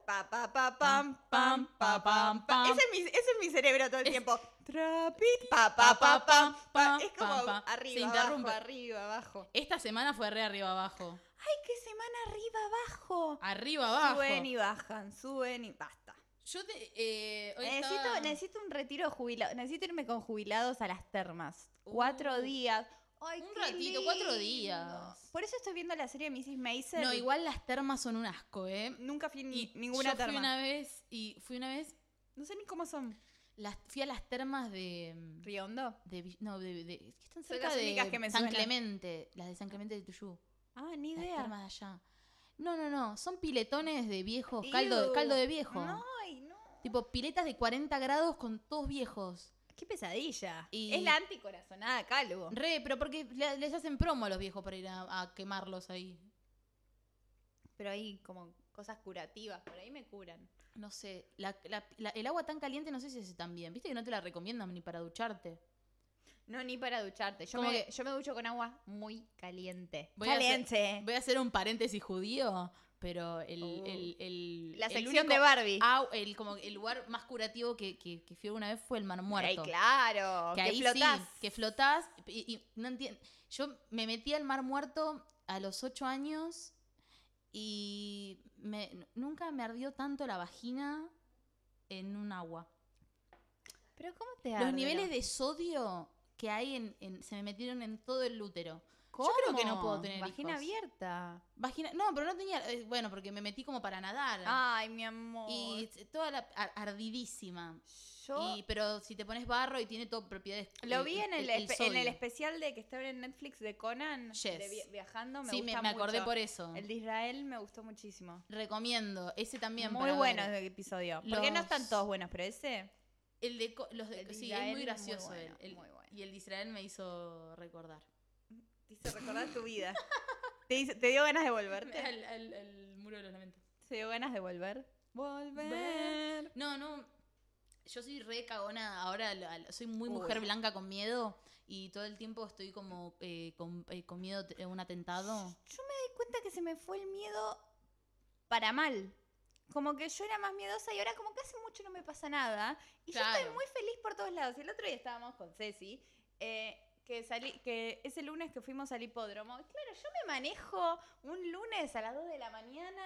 Speaker 1: Pa, pa, pa, pam, pam, pa, pam, pam. Ese es mi, ese es mi cerebro todo el
Speaker 2: Es-
Speaker 1: tiempo. Trapito. Pa, pa, pa, pam, pam. Es como
Speaker 2: pam, pam.
Speaker 1: arriba,
Speaker 2: Se interrumpe.
Speaker 1: abajo, arriba, abajo.
Speaker 2: Esta semana fue re arriba abajo.
Speaker 1: Ay, qué semana arriba, abajo.
Speaker 2: Arriba abajo.
Speaker 1: Suben y bajan, suben y basta.
Speaker 2: Yo te, eh, hoy
Speaker 1: Necesito,
Speaker 2: estaba-
Speaker 1: necesito un retiro jubilado. Necesito irme con jubilados a las termas. Cuatro
Speaker 2: Uh.
Speaker 1: días. Ay,
Speaker 2: Un
Speaker 1: qué
Speaker 2: ratito, cuatro
Speaker 1: lindo.
Speaker 2: días.
Speaker 1: Por eso estoy viendo la serie de Mrs. Maisel.
Speaker 2: No, igual las termas son un asco, ¿eh?
Speaker 1: Nunca fui ni,
Speaker 2: Y
Speaker 1: ninguna
Speaker 2: yo fui
Speaker 1: terma.
Speaker 2: una vez y fui una vez
Speaker 1: No sé ni cómo son.
Speaker 2: las, fui a las termas de mm,
Speaker 1: Riondo.
Speaker 2: de Vi- no, de, de- es que
Speaker 1: Son
Speaker 2: están cerca
Speaker 1: las
Speaker 2: de
Speaker 1: únicas que me
Speaker 2: San
Speaker 1: suenan.
Speaker 2: Clemente, las de San Clemente de Tuyú.
Speaker 1: Ah, ni
Speaker 2: Las
Speaker 1: idea.
Speaker 2: termas de allá. No, no, no. Son piletones de viejos, caldo de,
Speaker 1: Iu.
Speaker 2: caldo de viejo.
Speaker 1: No, ay, no.
Speaker 2: Tipo piletas de 40 grados con todos viejos.
Speaker 1: Qué pesadilla.
Speaker 2: Y-
Speaker 1: Es la anticorazonada calvo.
Speaker 2: Re, pero porque le- les hacen promo a los viejos para ir a, a quemarlos ahí.
Speaker 1: Pero hay como cosas curativas, por ahí me curan.
Speaker 2: No sé, la- la- la- el agua tan caliente no sé si hace tan bien. Viste que no te la recomiendan ni para ducharte.
Speaker 1: No, ni para ducharte. Yo
Speaker 2: Como
Speaker 1: me,
Speaker 2: que-
Speaker 1: yo me ducho con agua muy caliente.
Speaker 2: Voy a hacer-
Speaker 1: caliente.
Speaker 2: Voy a hacer un paréntesis judío, pero el...
Speaker 1: Oh.
Speaker 2: el- el-
Speaker 1: La
Speaker 2: el
Speaker 1: sección
Speaker 2: único
Speaker 1: de Barbie.
Speaker 2: au- Ah, el, como el lugar más curativo que, que, que fui alguna vez fue el Mar Muerto.
Speaker 1: Ay, claro.
Speaker 2: que
Speaker 1: Que,
Speaker 2: ahí
Speaker 1: flotás.
Speaker 2: sí, que flotás. Y, y no entien- Yo me metí al mar muerto a los ocho años y me- n- nunca me ardió tanto la vagina en un agua.
Speaker 1: Pero ¿cómo te
Speaker 2: Los niveles de sodio que hay en, en- se me metieron en todo el útero.
Speaker 1: ¿Cómo?
Speaker 2: creo que no puedo tener
Speaker 1: Vagina
Speaker 2: hijos.
Speaker 1: abierta.
Speaker 2: Vagina, no, pero no tenía, eh, bueno, porque me metí como para nadar.
Speaker 1: Ay, mi amor.
Speaker 2: y t- toda la ar- ardidísima.
Speaker 1: yo
Speaker 2: Y- pero si te pones barro y tiene todo propiedades.
Speaker 1: lo vi en el, espe- en el
Speaker 2: sodio.
Speaker 1: especial de que está ahora en Netflix de Conan.
Speaker 2: Yes.
Speaker 1: de vi- viajando. Me
Speaker 2: Sí, me,
Speaker 1: gusta
Speaker 2: me acordé
Speaker 1: mucho.
Speaker 2: por eso.
Speaker 1: El de Israel me gustó muchísimo.
Speaker 2: Recomiendo. Ese también.
Speaker 1: Muy
Speaker 2: para
Speaker 1: bueno
Speaker 2: ver.
Speaker 1: ese episodio. Porque no están
Speaker 2: Los-
Speaker 1: todos buenos, pero ese.
Speaker 2: El de, co- los de-
Speaker 1: El de
Speaker 2: sí,
Speaker 1: Israel
Speaker 2: es
Speaker 1: es muy
Speaker 2: muy gracioso.
Speaker 1: bueno,
Speaker 2: el- el-
Speaker 1: muy bueno.
Speaker 2: Y el de Israel me hizo recordar.
Speaker 1: Te hizo recordar tu vida. Te, hizo- te dio ganas de volverte.
Speaker 2: Al, al- al muro de los lamentos.
Speaker 1: Te dio ganas de volver.
Speaker 2: Volver. No, no. Yo soy re cagona. Ahora lo- al- soy muy
Speaker 1: Uy.
Speaker 2: mujer blanca con miedo. Y todo el tiempo estoy como eh, con, eh, con miedo a un atentado.
Speaker 1: Me di cuenta que se me fue el miedo para mal. Como que yo era más miedosa y ahora como que hace mucho no me pasa nada. Y yo
Speaker 2: Claro.
Speaker 1: estoy muy feliz por todos lados. Y el otro día estábamos con Ceci, eh, que, salí, que ese lunes que fuimos al hipódromo. Y Claro, yo me manejo un lunes a las 2 de la mañana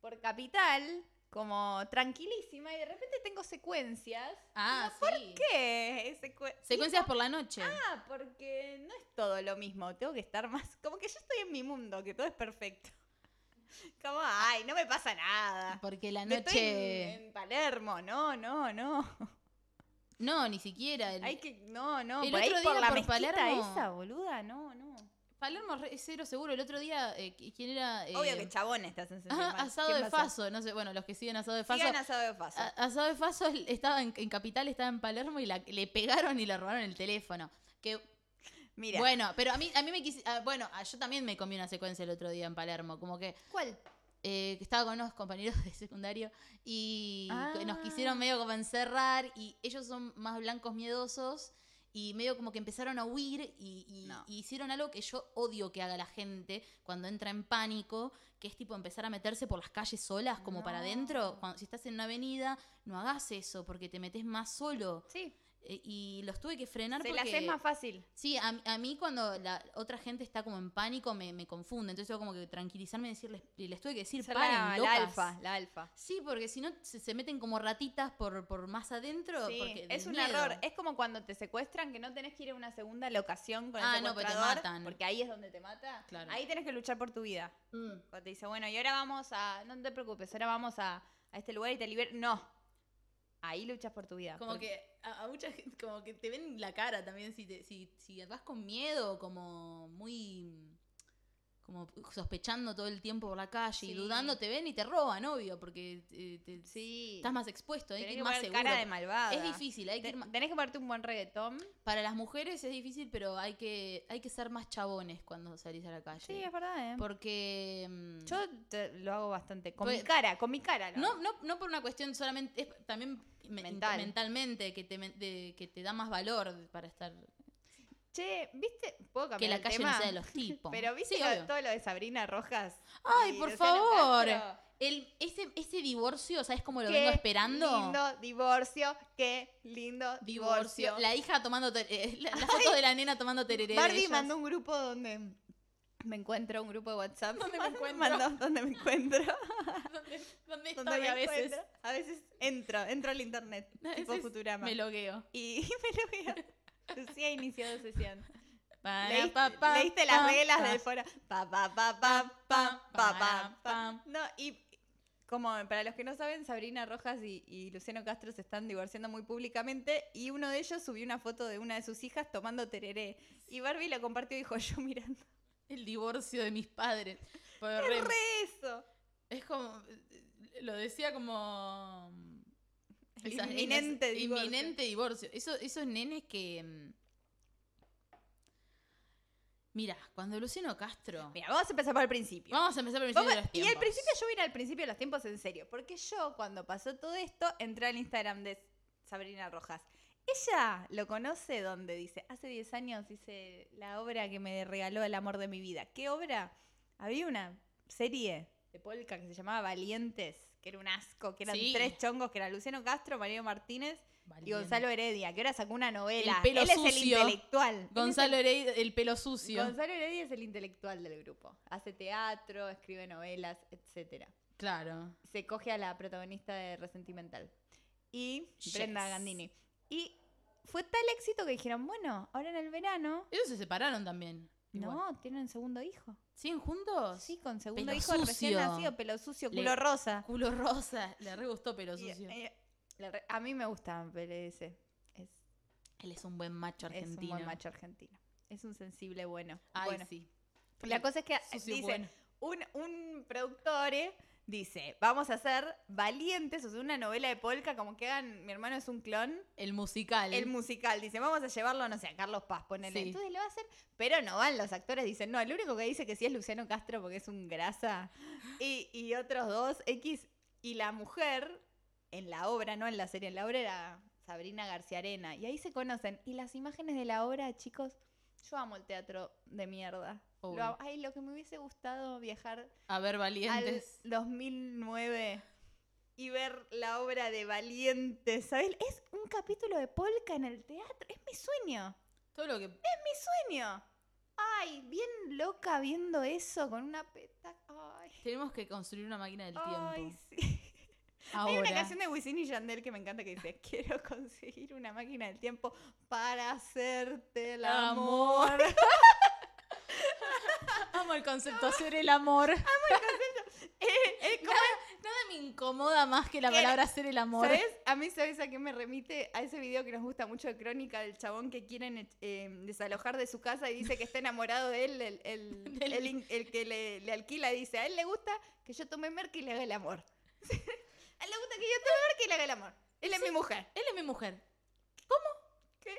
Speaker 1: por capital, como tranquilísima, y de repente tengo secuencias.
Speaker 2: Ah, sí.
Speaker 1: ¿Qué? Secue-
Speaker 2: Secuencias por la noche.
Speaker 1: Ah, porque no es todo lo mismo. Tengo que estar más. Como que yo estoy en mi mundo, que todo es perfecto. Como, ay, no me pasa nada.
Speaker 2: Porque la
Speaker 1: Que Ah, Estoy
Speaker 2: noche.
Speaker 1: en, en Palermo, no, no, no.
Speaker 2: No, ni siquiera. El,
Speaker 1: Hay que, no, no.
Speaker 2: el
Speaker 1: por ahí
Speaker 2: otro
Speaker 1: por
Speaker 2: día
Speaker 1: la
Speaker 2: por
Speaker 1: mezquita
Speaker 2: Palermo-
Speaker 1: esa, boluda, no, no.
Speaker 2: Palermo re- es cero seguro. El otro día, eh, qui- ¿quién era? Eh,
Speaker 1: Obvio que chabones te hacen sentir
Speaker 2: ajá,
Speaker 1: mal.
Speaker 2: Asado
Speaker 1: ¿Quién va
Speaker 2: de
Speaker 1: a ser?
Speaker 2: Faso. No sé, bueno, los que siguen Asado de Faso. Ah,
Speaker 1: Sigan asado de faso.
Speaker 2: A- Asado de Faso el- estaba en, en Capital, estaba en Palermo y la- le pegaron y le robaron el teléfono. Que,
Speaker 1: Mira,
Speaker 2: bueno, pero a mí, a mí me quise. ah, bueno, ah, yo también me comí una secuencia el otro día en Palermo. Como que
Speaker 1: ¿cuál?
Speaker 2: eh, que estaba con unos compañeros de secundario y que nos
Speaker 1: Ah.
Speaker 2: quisieron medio como encerrar y ellos son más blancos miedosos y medio como que empezaron a huir y, y-
Speaker 1: No.
Speaker 2: y hicieron algo que yo odio que haga la gente cuando entra en pánico, que es tipo empezar a meterse por las calles solas como para
Speaker 1: No.
Speaker 2: adentro. Cuando, si estás en una avenida, no hagas eso porque te metes más solo.
Speaker 1: Sí,
Speaker 2: Eh, y los tuve que frenar
Speaker 1: se la
Speaker 2: porque...
Speaker 1: haces más fácil.
Speaker 2: Sí, a, a mí cuando la otra gente está como en pánico me, me confunde. Entonces tengo como que tranquilizarme y decirles, y les tuve que decir,
Speaker 1: Ser
Speaker 2: paren,
Speaker 1: la, la
Speaker 2: locas".
Speaker 1: alfa, la alfa.
Speaker 2: Sí, porque si no se, se meten como ratitas por, por más adentro.
Speaker 1: Sí,
Speaker 2: porque del
Speaker 1: es un
Speaker 2: miedo.
Speaker 1: error. Es como cuando te secuestran que no tenés que ir a una segunda locación con
Speaker 2: Ah,
Speaker 1: el
Speaker 2: no, porque te
Speaker 1: secuestrador,
Speaker 2: matan.
Speaker 1: Porque ahí es donde te mata.
Speaker 2: Claro.
Speaker 1: Ahí tenés que luchar por tu vida.
Speaker 2: Mm.
Speaker 1: Cuando te dice, bueno, y ahora vamos a. No te preocupes, ahora vamos a, a este lugar y te liberan. No. Ahí luchas por tu vida.
Speaker 2: Como
Speaker 1: porque-
Speaker 2: que a, a mucha gente, como que te ven la cara también si, te- si, si vas con miedo, como muy como sospechando todo el tiempo por la calle y
Speaker 1: Sí.
Speaker 2: dudando, te ven y te roban, obvio, porque eh, te-
Speaker 1: Sí.
Speaker 2: estás más expuesto, hay
Speaker 1: tenés
Speaker 2: que
Speaker 1: que,
Speaker 2: ir más
Speaker 1: poner
Speaker 2: seguro.
Speaker 1: cara de malvada.
Speaker 2: es difícil, hay que
Speaker 1: Te-
Speaker 2: ir más,
Speaker 1: tenés que ponerte un buen reggaetón.
Speaker 2: Para las mujeres es difícil, pero hay que, hay que ser más chabones cuando salís a la calle.
Speaker 1: Sí, es verdad, ¿eh?
Speaker 2: Porque. mm,
Speaker 1: Yo te- lo hago bastante. Con
Speaker 2: Pues-
Speaker 1: mi cara, con mi cara. lo
Speaker 2: No,
Speaker 1: hago.
Speaker 2: no, no por una cuestión solamente. Es también me-
Speaker 1: Mental.
Speaker 2: mentalmente, que te, men- de- que te da más valor para estar.
Speaker 1: Che, ¿viste? ¿Puedo cambiar
Speaker 2: Que la
Speaker 1: el
Speaker 2: calle
Speaker 1: tema?
Speaker 2: no sea de los tipos.
Speaker 1: Pero viste
Speaker 2: Sí,
Speaker 1: lo-
Speaker 2: obvio.
Speaker 1: todo lo de Sabrina Rojas.
Speaker 2: Ay,
Speaker 1: y
Speaker 2: por
Speaker 1: Luciano
Speaker 2: favor.
Speaker 1: Castro?
Speaker 2: El, ese, ese divorcio, ¿sabes cómo lo
Speaker 1: Qué
Speaker 2: vengo esperando?
Speaker 1: Lindo divorcio, qué lindo divorcio.
Speaker 2: La hija tomando. ter- eh, la, la foto de la nena tomando tereré. de
Speaker 1: Barbie
Speaker 2: ellas.
Speaker 1: mandó un grupo donde me encuentro, un grupo de WhatsApp.
Speaker 2: ¿Dónde me
Speaker 1: Mand-
Speaker 2: encuentro?
Speaker 1: Mandó donde me encuentro.
Speaker 2: ¿Dónde, dónde
Speaker 1: donde
Speaker 2: estoy
Speaker 1: me
Speaker 2: a veces?
Speaker 1: encuentro. A veces entro, entro al internet,
Speaker 2: A
Speaker 1: tipo
Speaker 2: veces
Speaker 1: Futurama.
Speaker 2: Me logueo.
Speaker 1: Y me lo veo. Lucía ha iniciado sesión.
Speaker 2: Para,
Speaker 1: Leíste,
Speaker 2: pa, pa,
Speaker 1: leíste las
Speaker 2: pa,
Speaker 1: reglas
Speaker 2: pa.
Speaker 1: del foro. Pa, pa, pa, pa, pa, pa, pa, pa. No, y como para los que no saben, Sabrina Rojas y, y Luciano Castro se están divorciando muy públicamente y uno de ellos subió una foto de una de sus hijas tomando tereré. Y Barbie la compartió y dijo, yo mirando.
Speaker 2: El divorcio de mis padres. Fue re-
Speaker 1: Es re eso.
Speaker 2: es como. Lo decía como.
Speaker 1: El
Speaker 2: esas nenas-
Speaker 1: inminente divorcio.
Speaker 2: Inminente divorcio. Eso- esos nenes que. mm, Mira, cuando Luciano Castro.
Speaker 1: Mira, vamos a empezar por el principio.
Speaker 2: Vamos a empezar por el principio
Speaker 1: Vamos-
Speaker 2: de los
Speaker 1: y al
Speaker 2: tiempos.
Speaker 1: principio yo voy a ir al principio de los tiempos en serio, porque yo cuando pasó todo esto entré al Instagram de Sabrina Rojas. Ella lo conoce donde dice, hace 10 años hice la obra que me regaló el amor de mi vida. ¿Qué obra? Había una serie de polka que se llamaba Valientes, que era un asco, que eran
Speaker 2: Sí.
Speaker 1: tres chongos, que era Luciano Castro, Mario Martínez y
Speaker 2: Valiente.
Speaker 1: Gonzalo Heredia, que ahora sacó una novela.
Speaker 2: pelo
Speaker 1: Él es el
Speaker 2: sucio.
Speaker 1: intelectual. Él es el
Speaker 2: Gonzalo Heredia, el pelo sucio.
Speaker 1: Gonzalo Heredia es el intelectual del grupo. Hace teatro, escribe novelas, etcétera.
Speaker 2: Claro.
Speaker 1: Se coge a la protagonista de Resentimental. Y
Speaker 2: Yes.
Speaker 1: Brenda Gandini. Y fue tal éxito que dijeron, bueno, ahora en el verano...
Speaker 2: Ellos se separaron también. Igual.
Speaker 1: No, tienen segundo hijo.
Speaker 2: ¿Siguen juntos?
Speaker 1: Sí, con segundo
Speaker 2: Pelo
Speaker 1: hijo recién
Speaker 2: sucio.
Speaker 1: nacido, pelo sucio,
Speaker 2: Le-
Speaker 1: culo rosa.
Speaker 2: Culo rosa. Le re gustó pelo
Speaker 1: Y,
Speaker 2: sucio.
Speaker 1: eh, la re- a mí me gusta PLS. Es,
Speaker 2: Él es un buen macho
Speaker 1: es
Speaker 2: argentino.
Speaker 1: un buen macho argentino. Es un sensible bueno.
Speaker 2: Ay,
Speaker 1: bueno,
Speaker 2: sí.
Speaker 1: la cosa es que eh,
Speaker 2: Sucio
Speaker 1: dice,
Speaker 2: bueno.
Speaker 1: un, un productor eh, dice, vamos a hacer valientes, o sea, una novela de polka, como que hagan, mi hermano es un clon,
Speaker 2: El musical.
Speaker 1: el musical, dice, vamos a llevarlo, no sé, a Carlos Paz, ponele.
Speaker 2: Sí.
Speaker 1: Entonces lo hacen, pero no van los actores, dicen, no, el único que dice que sí es Luciano Castro porque es un grasa, y, y otros dos, X, y la mujer, en la obra, no en la serie, en la obra era Sabrina García Arena, y ahí se conocen, y las imágenes de la obra, chicos, yo amo el teatro de mierda. Lo
Speaker 2: Obvio.
Speaker 1: amo. Ay, lo que me hubiese gustado viajar
Speaker 2: A ver,
Speaker 1: al
Speaker 2: valientes.
Speaker 1: 2009 y ver la obra de Valientes, ¿sabes? Es un capítulo de polka en el teatro, es mi sueño,
Speaker 2: Todo lo que.
Speaker 1: sueño. Ay, bien loca viendo eso con una peta. Ay,
Speaker 2: Tenemos que construir una máquina del
Speaker 1: ay,
Speaker 2: tiempo.
Speaker 1: sí. Hay
Speaker 2: Ahora.
Speaker 1: una canción de Wisin y Yandel que me encanta que dice, quiero conseguir una máquina del tiempo para hacerte el amor.
Speaker 2: Amor. Amo el concepto, hacer el amor.
Speaker 1: Es como-
Speaker 2: Nada me incomoda más que la
Speaker 1: Quiero-
Speaker 2: palabra hacer el amor.
Speaker 1: ¿Sabes? A mí, ¿sabes a qué me remite? A ese video que nos gusta mucho de Crónica del chabón que quieren eh, desalojar de su casa y dice que está enamorado de él, el, el-
Speaker 2: Del-
Speaker 1: el in- el que le, le alquila, dice, a él le gusta que yo tome merca y le haga el amor. a él le gusta que yo tome merca y le haga el amor. Él es mi mujer.
Speaker 2: Él es mi mujer.
Speaker 1: ¿Qué? Él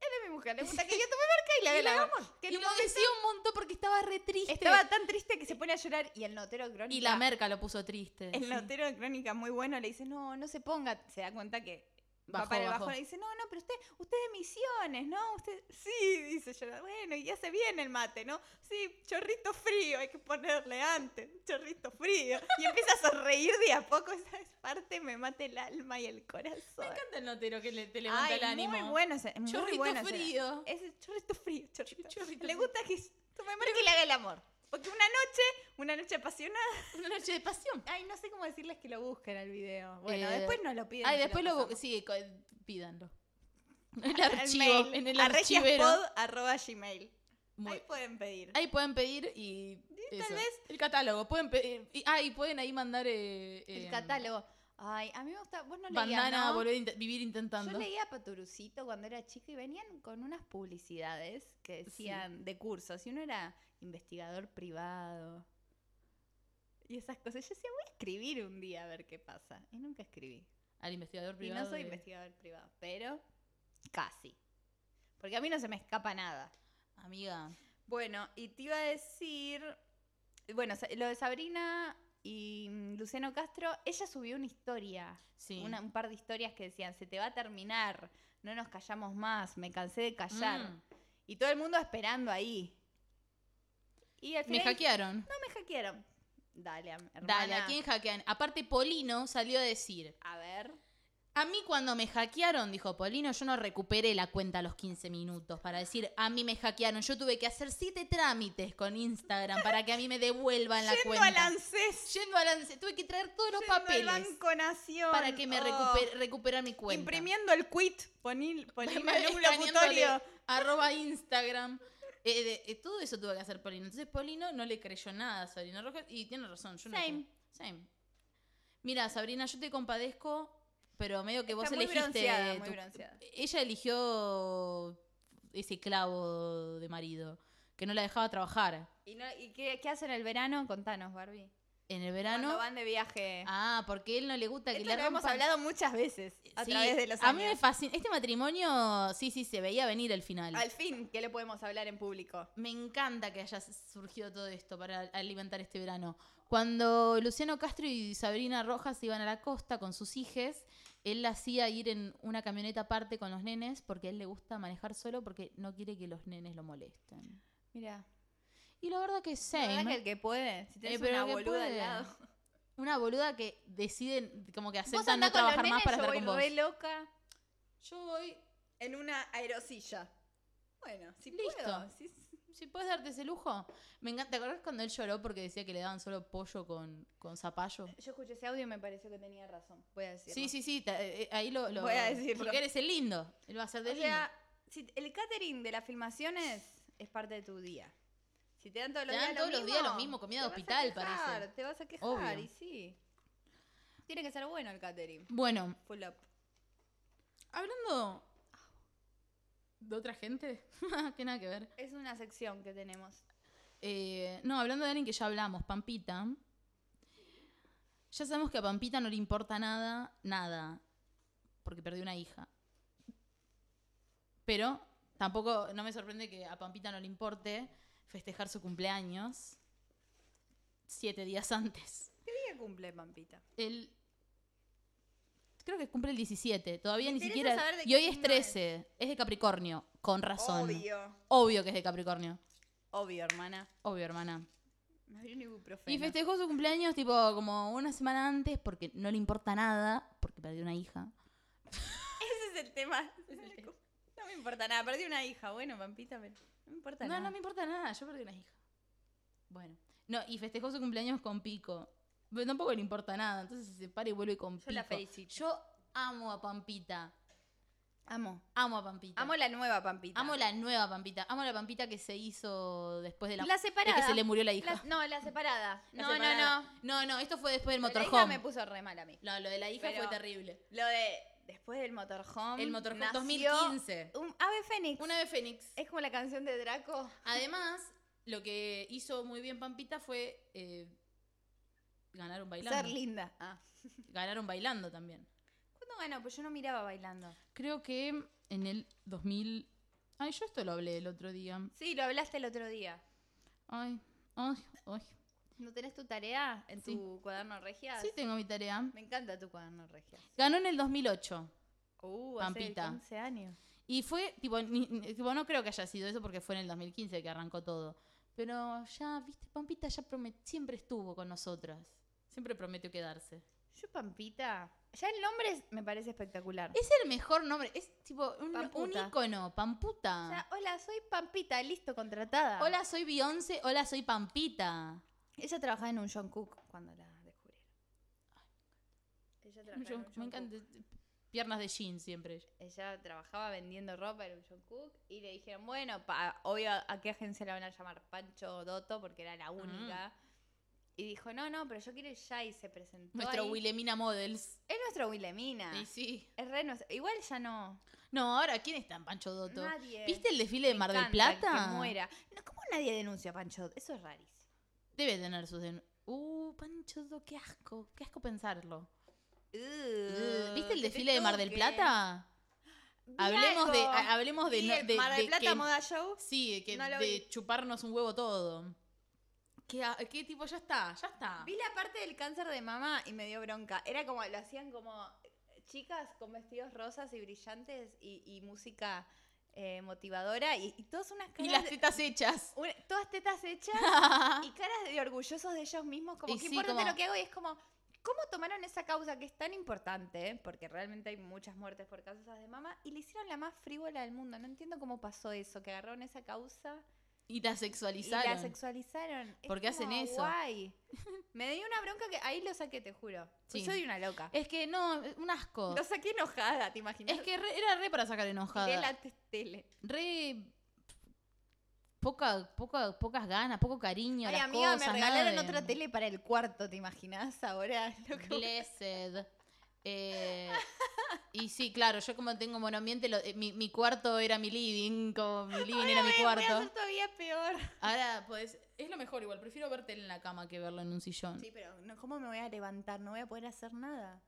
Speaker 1: es mi mujer. Le gusta que yo tome merca y le haga el amor. Que
Speaker 2: y
Speaker 1: no-
Speaker 2: lo decía un montón porque estaba re triste.
Speaker 1: estaba tan triste que se pone a llorar y el notero de Crónica...
Speaker 2: Y la merca lo puso triste.
Speaker 1: El
Speaker 2: sí.
Speaker 1: notero de crónica muy bueno le dice, no, no se ponga, se da cuenta que va
Speaker 2: Bajó,
Speaker 1: para el
Speaker 2: bajó.
Speaker 1: bajón y dice, no, no, pero usted, usted es de misiones, ¿no? Usted, sí, dice yo, bueno, y hace bien el mate, ¿no? Sí, chorrito frío, hay que ponerle antes, chorrito frío. Y empieza a sonreír de a poco, esa parte me mata el alma y el corazón.
Speaker 2: Me encanta el notero que le- te levanta
Speaker 1: Ay,
Speaker 2: el ánimo.
Speaker 1: Muy bueno, ese- muy
Speaker 2: Chorrito
Speaker 1: bueno ese-
Speaker 2: frío.
Speaker 1: Ese chorrito frío, chorrito.
Speaker 2: Chorrito
Speaker 1: le
Speaker 2: frío.
Speaker 1: gusta que tome mate y le haga el amor. Porque una noche, una noche apasionada,
Speaker 2: Una noche de pasión.
Speaker 1: Ay, no sé cómo decirles que lo busquen al video. Bueno,
Speaker 2: Eh,
Speaker 1: después nos lo piden.
Speaker 2: Ay,
Speaker 1: se
Speaker 2: después lo,
Speaker 1: pasamos.
Speaker 2: sí, co- pídanlo. En el
Speaker 1: Al
Speaker 2: archivo,
Speaker 1: mail,
Speaker 2: en el
Speaker 1: a
Speaker 2: archivero.
Speaker 1: regiaspod arroba gmail.
Speaker 2: Muy-
Speaker 1: Ahí pueden pedir.
Speaker 2: Ahí pueden pedir y.
Speaker 1: tal
Speaker 2: eso.
Speaker 1: vez-
Speaker 2: El catálogo. Pueden pedir. Y, ah, y pueden ahí mandar. eh,
Speaker 1: el
Speaker 2: em,
Speaker 1: catálogo. Ay, a mí me gusta. Vos no leías,
Speaker 2: Bandana,
Speaker 1: ¿no?
Speaker 2: volver a inte- vivir
Speaker 1: Yo
Speaker 2: intentando.
Speaker 1: leía Paturucito cuando era chica y venían con unas publicidades que decían de cursos. Y uno era investigador privado. Y esas cosas. Yo decía, voy a escribir un día a ver qué pasa. Y nunca escribí.
Speaker 2: Al investigador
Speaker 1: Y
Speaker 2: privado.
Speaker 1: no soy
Speaker 2: de-
Speaker 1: investigador privado, pero casi. Porque a mí no se me escapa nada.
Speaker 2: Amiga.
Speaker 1: Bueno, y te iba a decir, bueno, sa- lo de Sabrina y mm, Luciano Castro, ella subió una historia,
Speaker 2: Sí.
Speaker 1: una- un par de historias que decían, se te va a terminar, no nos callamos más, me cansé de callar.
Speaker 2: Mm.
Speaker 1: Y todo el mundo esperando ahí. Y al
Speaker 2: Me
Speaker 1: final,
Speaker 2: hackearon.
Speaker 1: no me hackearon. Dale, am- hermana.
Speaker 2: Dale, ¿a quién hackean? Aparte, Polino salió a decir.
Speaker 1: A ver.
Speaker 2: A mí cuando me hackearon, dijo Polino, yo no recuperé la cuenta a los 15 minutos para decir, a mí me hackearon, yo tuve que hacer siete trámites con Instagram para que a mí me devuelvan la
Speaker 1: Yendo
Speaker 2: cuenta.
Speaker 1: al ANSES,
Speaker 2: Yendo al ANSES, tuve que traer todos los
Speaker 1: yendo al
Speaker 2: papeles
Speaker 1: Banco Nación.
Speaker 2: para que me
Speaker 1: oh,
Speaker 2: recuper- recuperar mi cuenta.
Speaker 1: Imprimiendo el quit, poní, poní en un
Speaker 2: Escaneándole
Speaker 1: locutorio.
Speaker 2: arroba Instagram. Eh, de- eh, todo eso tuvo que hacer Polino. Entonces Polino no le creyó nada a Sabrina Rojas y tiene razón. Yo no
Speaker 1: Same.
Speaker 2: sé. Same. Mira, Sabrina, yo te compadezco, pero medio que vos
Speaker 1: Está muy
Speaker 2: elegiste.
Speaker 1: bronceada, muy
Speaker 2: tu-
Speaker 1: bronceada.
Speaker 2: Ella eligió ese clavo de marido. que no la dejaba trabajar.
Speaker 1: ¿Y, no- y qué, qué hacen el verano? Contanos, Barbie.
Speaker 2: En el
Speaker 1: Cuando
Speaker 2: verano.
Speaker 1: van de viaje.
Speaker 2: Ah, porque él no le gusta que
Speaker 1: Esto
Speaker 2: le
Speaker 1: lo hemos
Speaker 2: rompan-
Speaker 1: hablado muchas veces a
Speaker 2: Sí,
Speaker 1: través de los
Speaker 2: A mí me
Speaker 1: años.
Speaker 2: fascina. Este matrimonio, sí, sí, se veía venir el final.
Speaker 1: Al fin, ¿qué le podemos hablar en público?
Speaker 2: Me encanta que haya surgido todo esto para alimentar este verano. Cuando Luciano Castro y Sabrina Rojas iban a la costa con sus hijes, él la hacía ir en una camioneta aparte con los nenes porque a él le gusta manejar solo porque no quiere que los nenes lo molesten.
Speaker 1: Mira,
Speaker 2: Y la verdad que
Speaker 1: la verdad
Speaker 2: same.
Speaker 1: que el que puede, si tenés
Speaker 2: Eh, pero
Speaker 1: una
Speaker 2: el que
Speaker 1: boluda al
Speaker 2: puede.
Speaker 1: lado.
Speaker 2: Una boluda que deciden como que
Speaker 1: Vos
Speaker 2: aceptan
Speaker 1: andá
Speaker 2: no
Speaker 1: con los
Speaker 2: trabajar más
Speaker 1: nenes,
Speaker 2: para
Speaker 1: yo
Speaker 2: estar
Speaker 1: voy
Speaker 2: con vos.
Speaker 1: re loca
Speaker 2: Yo voy,
Speaker 1: en una aerosilla. Bueno, si
Speaker 2: Listo.
Speaker 1: puedo. si- si-
Speaker 2: si puedes darte ese lujo. Me encanta. ¿Te acordás cuando él lloró porque decía que le daban solo pollo con, con zapallo?
Speaker 1: Yo escuché ese audio y me pareció que tenía razón. Voy a Eh, decirlo.
Speaker 2: Sí, sí, sí, ta- eh, eh, ahí lo, lo-
Speaker 1: Voy a decirlo.
Speaker 2: Porque eres el lindo. Él va a ser de
Speaker 1: O
Speaker 2: lindo.
Speaker 1: sea, si t- el catering de las filmaciones es parte de tu día. Si te dan todos los,
Speaker 2: Te dan
Speaker 1: días,
Speaker 2: todos
Speaker 1: lo
Speaker 2: los
Speaker 1: mismo,
Speaker 2: días lo mismo, comida de
Speaker 1: te vas a
Speaker 2: hospital,
Speaker 1: quejar,
Speaker 2: parece.
Speaker 1: Te vas a quejar,
Speaker 2: Obvio.
Speaker 1: y sí. Tiene que ser bueno el catering.
Speaker 2: Bueno,
Speaker 1: Full up.
Speaker 2: hablando de otra gente, que nada que ver.
Speaker 1: Es una sección que tenemos.
Speaker 2: Eh, no, hablando de alguien que ya hablamos, Pampita. Ya sabemos que a Pampita no le importa nada, nada, porque perdió una hija. Pero tampoco, no me sorprende que a Pampita no le importe festejar su cumpleaños siete días antes.
Speaker 1: ¿Qué día cumple Pampita?
Speaker 2: El. Creo que cumple el 17. Todavía
Speaker 1: Me
Speaker 2: ni
Speaker 1: interesa
Speaker 2: siquiera.
Speaker 1: saber de
Speaker 2: Y
Speaker 1: qué
Speaker 2: hoy es
Speaker 1: signo
Speaker 2: 13. Es. de Capricornio. Con razón.
Speaker 1: Obvio.
Speaker 2: Obvio que es de Capricornio.
Speaker 1: Obvio, hermana.
Speaker 2: Obvio, hermana.
Speaker 1: Me abrió un ibuprofeno.
Speaker 2: Y festejó su cumpleaños, tipo, como una semana antes, porque no le importa nada, porque perdió una hija.
Speaker 1: Ese es el tema. No me importa nada. Perdí una hija. Bueno, Pampita, pero no me importa
Speaker 2: No,
Speaker 1: nada.
Speaker 2: no me importa nada, yo perdí una hija. Bueno. No, y festejó su cumpleaños con Pico. Pero tampoco le importa nada, entonces se para y vuelve con
Speaker 1: Yo
Speaker 2: Pico.
Speaker 1: la felicito.
Speaker 2: Yo amo a Pampita.
Speaker 1: Amo.
Speaker 2: Amo a Pampita.
Speaker 1: Amo la nueva Pampita.
Speaker 2: Amo la nueva Pampita. Amo la Pampita que se hizo después de la,
Speaker 1: La
Speaker 2: de
Speaker 1: separada.
Speaker 2: que se le murió la hija.
Speaker 1: La- no, la separada.
Speaker 2: La
Speaker 1: no,
Speaker 2: separada.
Speaker 1: no, no.
Speaker 2: No, no, esto fue después del
Speaker 1: Lo de la hija
Speaker 2: motorhome.
Speaker 1: me puso re mal a mí.
Speaker 2: No, lo de la hija
Speaker 1: Pero-
Speaker 2: fue terrible.
Speaker 1: Lo de después del motorhome.
Speaker 2: El motorhome
Speaker 1: nació
Speaker 2: 2015.
Speaker 1: Un ave fénix.
Speaker 2: Una vez Fénix.
Speaker 1: Es como la canción de Draco.
Speaker 2: Además, lo que hizo muy bien Pampita fue eh, ganar un
Speaker 1: Ser
Speaker 2: bailando.
Speaker 1: linda. Ah.
Speaker 2: Ganaron bailando también.
Speaker 1: ¿Cuándo ganó? Pues yo no miraba bailando.
Speaker 2: Creo que en el 2000... Ay, yo esto lo hablé el otro día.
Speaker 1: Sí, lo hablaste el otro día.
Speaker 2: Ay, ay, ay.
Speaker 1: ¿No tenés tu tarea en
Speaker 2: Sí.
Speaker 1: tu cuaderno regia?
Speaker 2: Sí tengo mi tarea.
Speaker 1: Me encanta tu cuaderno regia.
Speaker 2: Ganó en el 2008.
Speaker 1: Uh,
Speaker 2: Pampita.
Speaker 1: hace 15 años.
Speaker 2: Y fue, tipo, ni- ni- tipo, no creo que haya sido eso porque fue en el 2015 que arrancó todo. Pero ya, viste, Pampita ya promet- siempre estuvo con nosotras. Siempre prometió quedarse.
Speaker 1: Yo, Pampita. Ya el nombre es- me parece espectacular.
Speaker 2: Es el mejor nombre, es tipo un, un
Speaker 1: Pamputa.
Speaker 2: ícono, Pamputa.
Speaker 1: O sea, hola, soy Pampita, listo, contratada.
Speaker 2: hola, soy Beyoncé, hola, soy Pampita.
Speaker 1: Ella trabajaba en un John Cook cuando la descubrieron. Ella trabajaba, en un
Speaker 2: me
Speaker 1: John Cook.
Speaker 2: encanta. Piernas de jean siempre.
Speaker 1: Ella trabajaba vendiendo ropa en un John Cook y le dijeron, bueno, pa, obvio, ¿a qué agencia la van a llamar? Pancho Doto, porque era la única.
Speaker 2: Ah.
Speaker 1: Y dijo, no, no, pero yo quiero ir ya y se presentó.
Speaker 2: Nuestro
Speaker 1: ahí.
Speaker 2: Wilhelmina Models.
Speaker 1: Es nuestro Willemina.
Speaker 2: Y sí.
Speaker 1: Es re nuestro- Igual ya no.
Speaker 2: No, ahora, ¿quién está en Pancho Dotto?
Speaker 1: Nadie.
Speaker 2: ¿Viste el desfile de
Speaker 1: Me
Speaker 2: Mar del
Speaker 1: encanta
Speaker 2: Plata?
Speaker 1: Que muera. No, ¿Cómo nadie denuncia a Pancho Doto? Eso es rarísimo.
Speaker 2: Debe tener sus den- Uh, Pancho Dotto, qué asco. Qué asco pensarlo. Uh, ¿Viste
Speaker 1: que
Speaker 2: el
Speaker 1: te
Speaker 2: desfile de Mar del
Speaker 1: toque.
Speaker 2: Plata?
Speaker 1: Vi
Speaker 2: Hablemos de,
Speaker 1: algo.
Speaker 2: ha- hablemos de,
Speaker 1: Vi
Speaker 2: no-
Speaker 1: el
Speaker 2: de-
Speaker 1: Mar del
Speaker 2: de
Speaker 1: Plata
Speaker 2: que-
Speaker 1: Moda Show.
Speaker 2: Sí, que
Speaker 1: No lo vi.
Speaker 2: de chuparnos un huevo todo. ¿Qué, a- qué tipo? Ya está, ya está.
Speaker 1: Vi la parte del cáncer de mamá y me dio bronca. Era como, lo hacían como eh, chicas con vestidos rosas y brillantes y, y música eh, motivadora y, y todas unas
Speaker 2: Y
Speaker 1: caras.
Speaker 2: las
Speaker 1: de-
Speaker 2: tetas hechas.
Speaker 1: una- todas tetas hechas y caras de orgullosos de ellos mismos. Como
Speaker 2: Y
Speaker 1: que
Speaker 2: sí,
Speaker 1: importante
Speaker 2: como-
Speaker 1: lo que hago y es como. ¿Cómo tomaron esa causa que es tan importante? Porque realmente hay muchas muertes por causas de mamá y le hicieron la más frívola del mundo. No entiendo cómo pasó eso, que agarraron esa causa
Speaker 2: Y la
Speaker 1: y la
Speaker 2: sexualizaron.
Speaker 1: sexualizaron. Es
Speaker 2: ¿Por qué hacen
Speaker 1: como,
Speaker 2: eso?
Speaker 1: Guay. Me dio una bronca que ahí lo saqué, te juro. Pues
Speaker 2: Sí.
Speaker 1: soy una loca.
Speaker 2: es que no, un asco.
Speaker 1: Lo saqué enojada, ¿te imaginas?
Speaker 2: Es que re- era re para sacar enojada.
Speaker 1: Tiré la te- tele.
Speaker 2: Re poca, poca, pocas ganas, poco cariño. a
Speaker 1: Ay,
Speaker 2: las
Speaker 1: amiga,
Speaker 2: cosas,
Speaker 1: me
Speaker 2: nada
Speaker 1: regalaron
Speaker 2: de-
Speaker 1: otra tele para el cuarto, ¿te imaginas ahora? Lo que-
Speaker 2: Blessed. Eh, y sí, claro, yo como tengo monoambiente, lo- eh, mi, mi cuarto era mi living, como mi living era mi
Speaker 1: Voy a
Speaker 2: cuarto.
Speaker 1: hacer todavía peor.
Speaker 2: Ahora, pues, es lo mejor igual, prefiero verte en la cama que verlo en un sillón.
Speaker 1: Sí, pero no, ¿cómo me voy a levantar? No voy a poder hacer nada.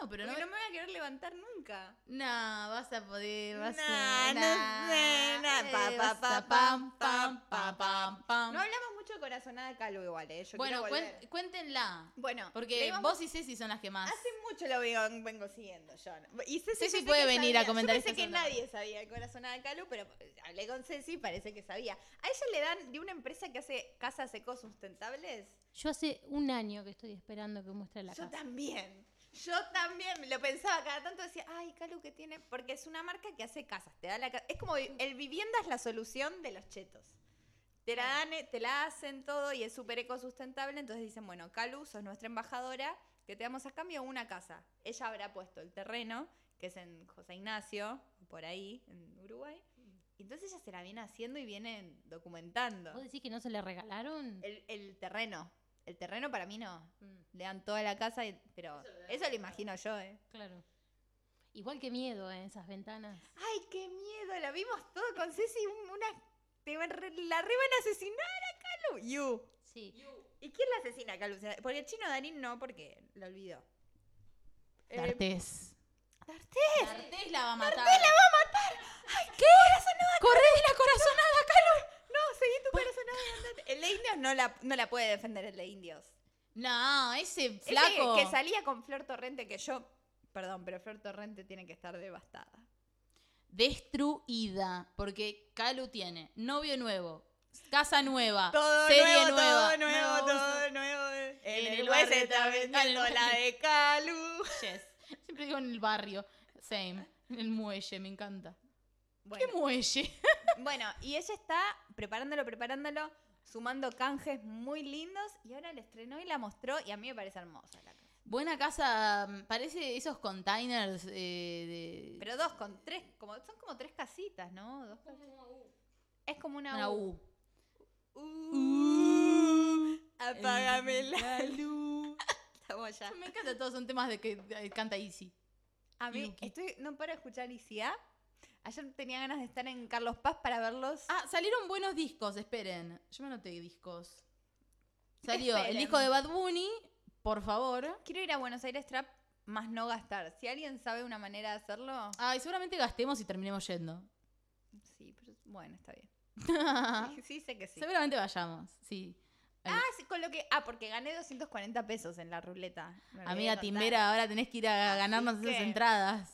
Speaker 2: No, pero
Speaker 1: Porque
Speaker 2: no...
Speaker 1: no me voy a querer levantar nunca.
Speaker 2: No, vas a poder, vas
Speaker 1: Nah,
Speaker 2: a...
Speaker 1: no
Speaker 2: nah,
Speaker 1: sé, nah,
Speaker 2: eh,
Speaker 1: pa, pa,
Speaker 2: vas
Speaker 1: pa,
Speaker 2: a pam,
Speaker 1: pam,
Speaker 2: pam, pam, pam, pam.
Speaker 1: No hablamos mucho de corazonada de calvo igual, ¿eh? Yo
Speaker 2: Bueno,
Speaker 1: quiero
Speaker 2: cuen-
Speaker 1: volver.
Speaker 2: cuéntenla.
Speaker 1: Bueno, le
Speaker 2: Porque
Speaker 1: íbamos-
Speaker 2: vos y Ceci son las que más.
Speaker 1: Hace mucho lo veo, vengo siguiendo yo. ¿no? Y Ceci,
Speaker 2: Ceci
Speaker 1: pensé
Speaker 2: puede
Speaker 1: que
Speaker 2: venir
Speaker 1: sabía.
Speaker 2: a comentar
Speaker 1: Yo
Speaker 2: esta
Speaker 1: pensé que
Speaker 2: zona.
Speaker 1: nadie sabía el corazonada de Calu, pero eh, hablé con Ceci y parece que sabía. A ella le dan de una empresa que hace casas ecosustentables.
Speaker 4: Yo hace un año que estoy esperando que muestre la
Speaker 1: yo
Speaker 4: casa.
Speaker 1: también. Yo también lo pensaba cada tanto decía, ay, Calu que tiene, porque es una marca que hace casas, te da la ca- es como el vivienda es la solución de los chetos. Te la dan, eh, te la hacen todo y es súper ecosustentable, entonces dicen, bueno, Calu, sos nuestra embajadora, que te damos a cambio una casa. Ella habrá puesto el terreno, que es en José Ignacio, por ahí, en Uruguay. Y entonces ella se la viene haciendo y viene documentando.
Speaker 4: ¿Vos decís que no se le regalaron?
Speaker 1: El, el terreno, el terreno para mí no,
Speaker 4: Mm,
Speaker 1: le dan toda la casa, y- pero eso lo imagino yo, ¿eh?
Speaker 4: claro. Igual que miedo, ¿eh? Esas ventanas.
Speaker 1: ¡Ay, qué miedo! La vimos todo con Ceci, un- una... te van re- la re van a asesinar a Calu. You.
Speaker 4: Sí.
Speaker 1: ¿Y quién la asesina a Calu? Porque el chino Darín no, porque lo olvidó. Eh,
Speaker 2: D'Artés.
Speaker 1: D'Arté.
Speaker 2: D'Artés la va a matar.
Speaker 1: ¡Ay, qué corazonada!
Speaker 2: ¡Corre de la corazonada, Calu!
Speaker 1: No, seguí tu corazonada y andate. El de indios no la, no la puede defender, el de indios.
Speaker 2: No, ese
Speaker 1: Ese
Speaker 2: flaco.
Speaker 1: que salía con Flor Torrente, que yo... Perdón, pero Flor Torrente tiene que estar devastada.
Speaker 2: Destruida. Porque Calu tiene novio nuevo, casa nueva,
Speaker 1: Todo
Speaker 2: serie
Speaker 1: nuevo,
Speaker 2: nueva.
Speaker 1: todo nuevo,
Speaker 2: No,
Speaker 1: todo nuevo. En,
Speaker 2: En
Speaker 1: el
Speaker 2: el
Speaker 1: West
Speaker 2: barrio
Speaker 1: está
Speaker 2: también,
Speaker 1: vendiendo
Speaker 2: en el
Speaker 1: la
Speaker 2: barrio.
Speaker 1: de Calu.
Speaker 2: yes. Siempre digo en el barrio. Same. En el muelle, me encanta.
Speaker 1: Bueno,
Speaker 2: ¿Qué muelle?
Speaker 1: bueno, y ella está preparándolo, preparándolo, sumando canjes muy lindos y ahora la estrenó y la mostró y a mí me parece hermosa la casa.
Speaker 2: Buena casa, mm, parece esos containers eh, de.
Speaker 1: Pero dos con tres, como son como tres casitas, ¿no? Dos con- Es como una,
Speaker 2: una
Speaker 1: U.
Speaker 2: U.
Speaker 1: Uh, apágame la
Speaker 2: luz.
Speaker 1: Estamos ya.
Speaker 2: Me encanta, todos son temas de que eh, canta Easy.
Speaker 1: A mí
Speaker 2: Yuki.
Speaker 1: estoy no paro de escuchar ICA. Ayer tenía ganas de estar en Carlos Paz para verlos.
Speaker 2: Ah, salieron buenos discos, esperen. Yo me anoté discos. Salió
Speaker 1: Esperen.
Speaker 2: el disco de Bad Bunny, por favor.
Speaker 1: Quiero ir a Buenos Aires Trap más no gastar. Si alguien sabe una manera de hacerlo,
Speaker 2: Ay, seguramente gastemos y terminemos yendo.
Speaker 1: sí, pero bueno, está bien. Sí, sé que sí.
Speaker 2: Seguramente vayamos, sí.
Speaker 1: Ah, sí, con lo que. Ah, porque gané 240 pesos en la ruleta. Me olvidé de
Speaker 2: Amiga
Speaker 1: contar.
Speaker 2: Timbera, ahora tenés que ir a
Speaker 1: Así
Speaker 2: ganarnos
Speaker 1: que-
Speaker 2: esas entradas.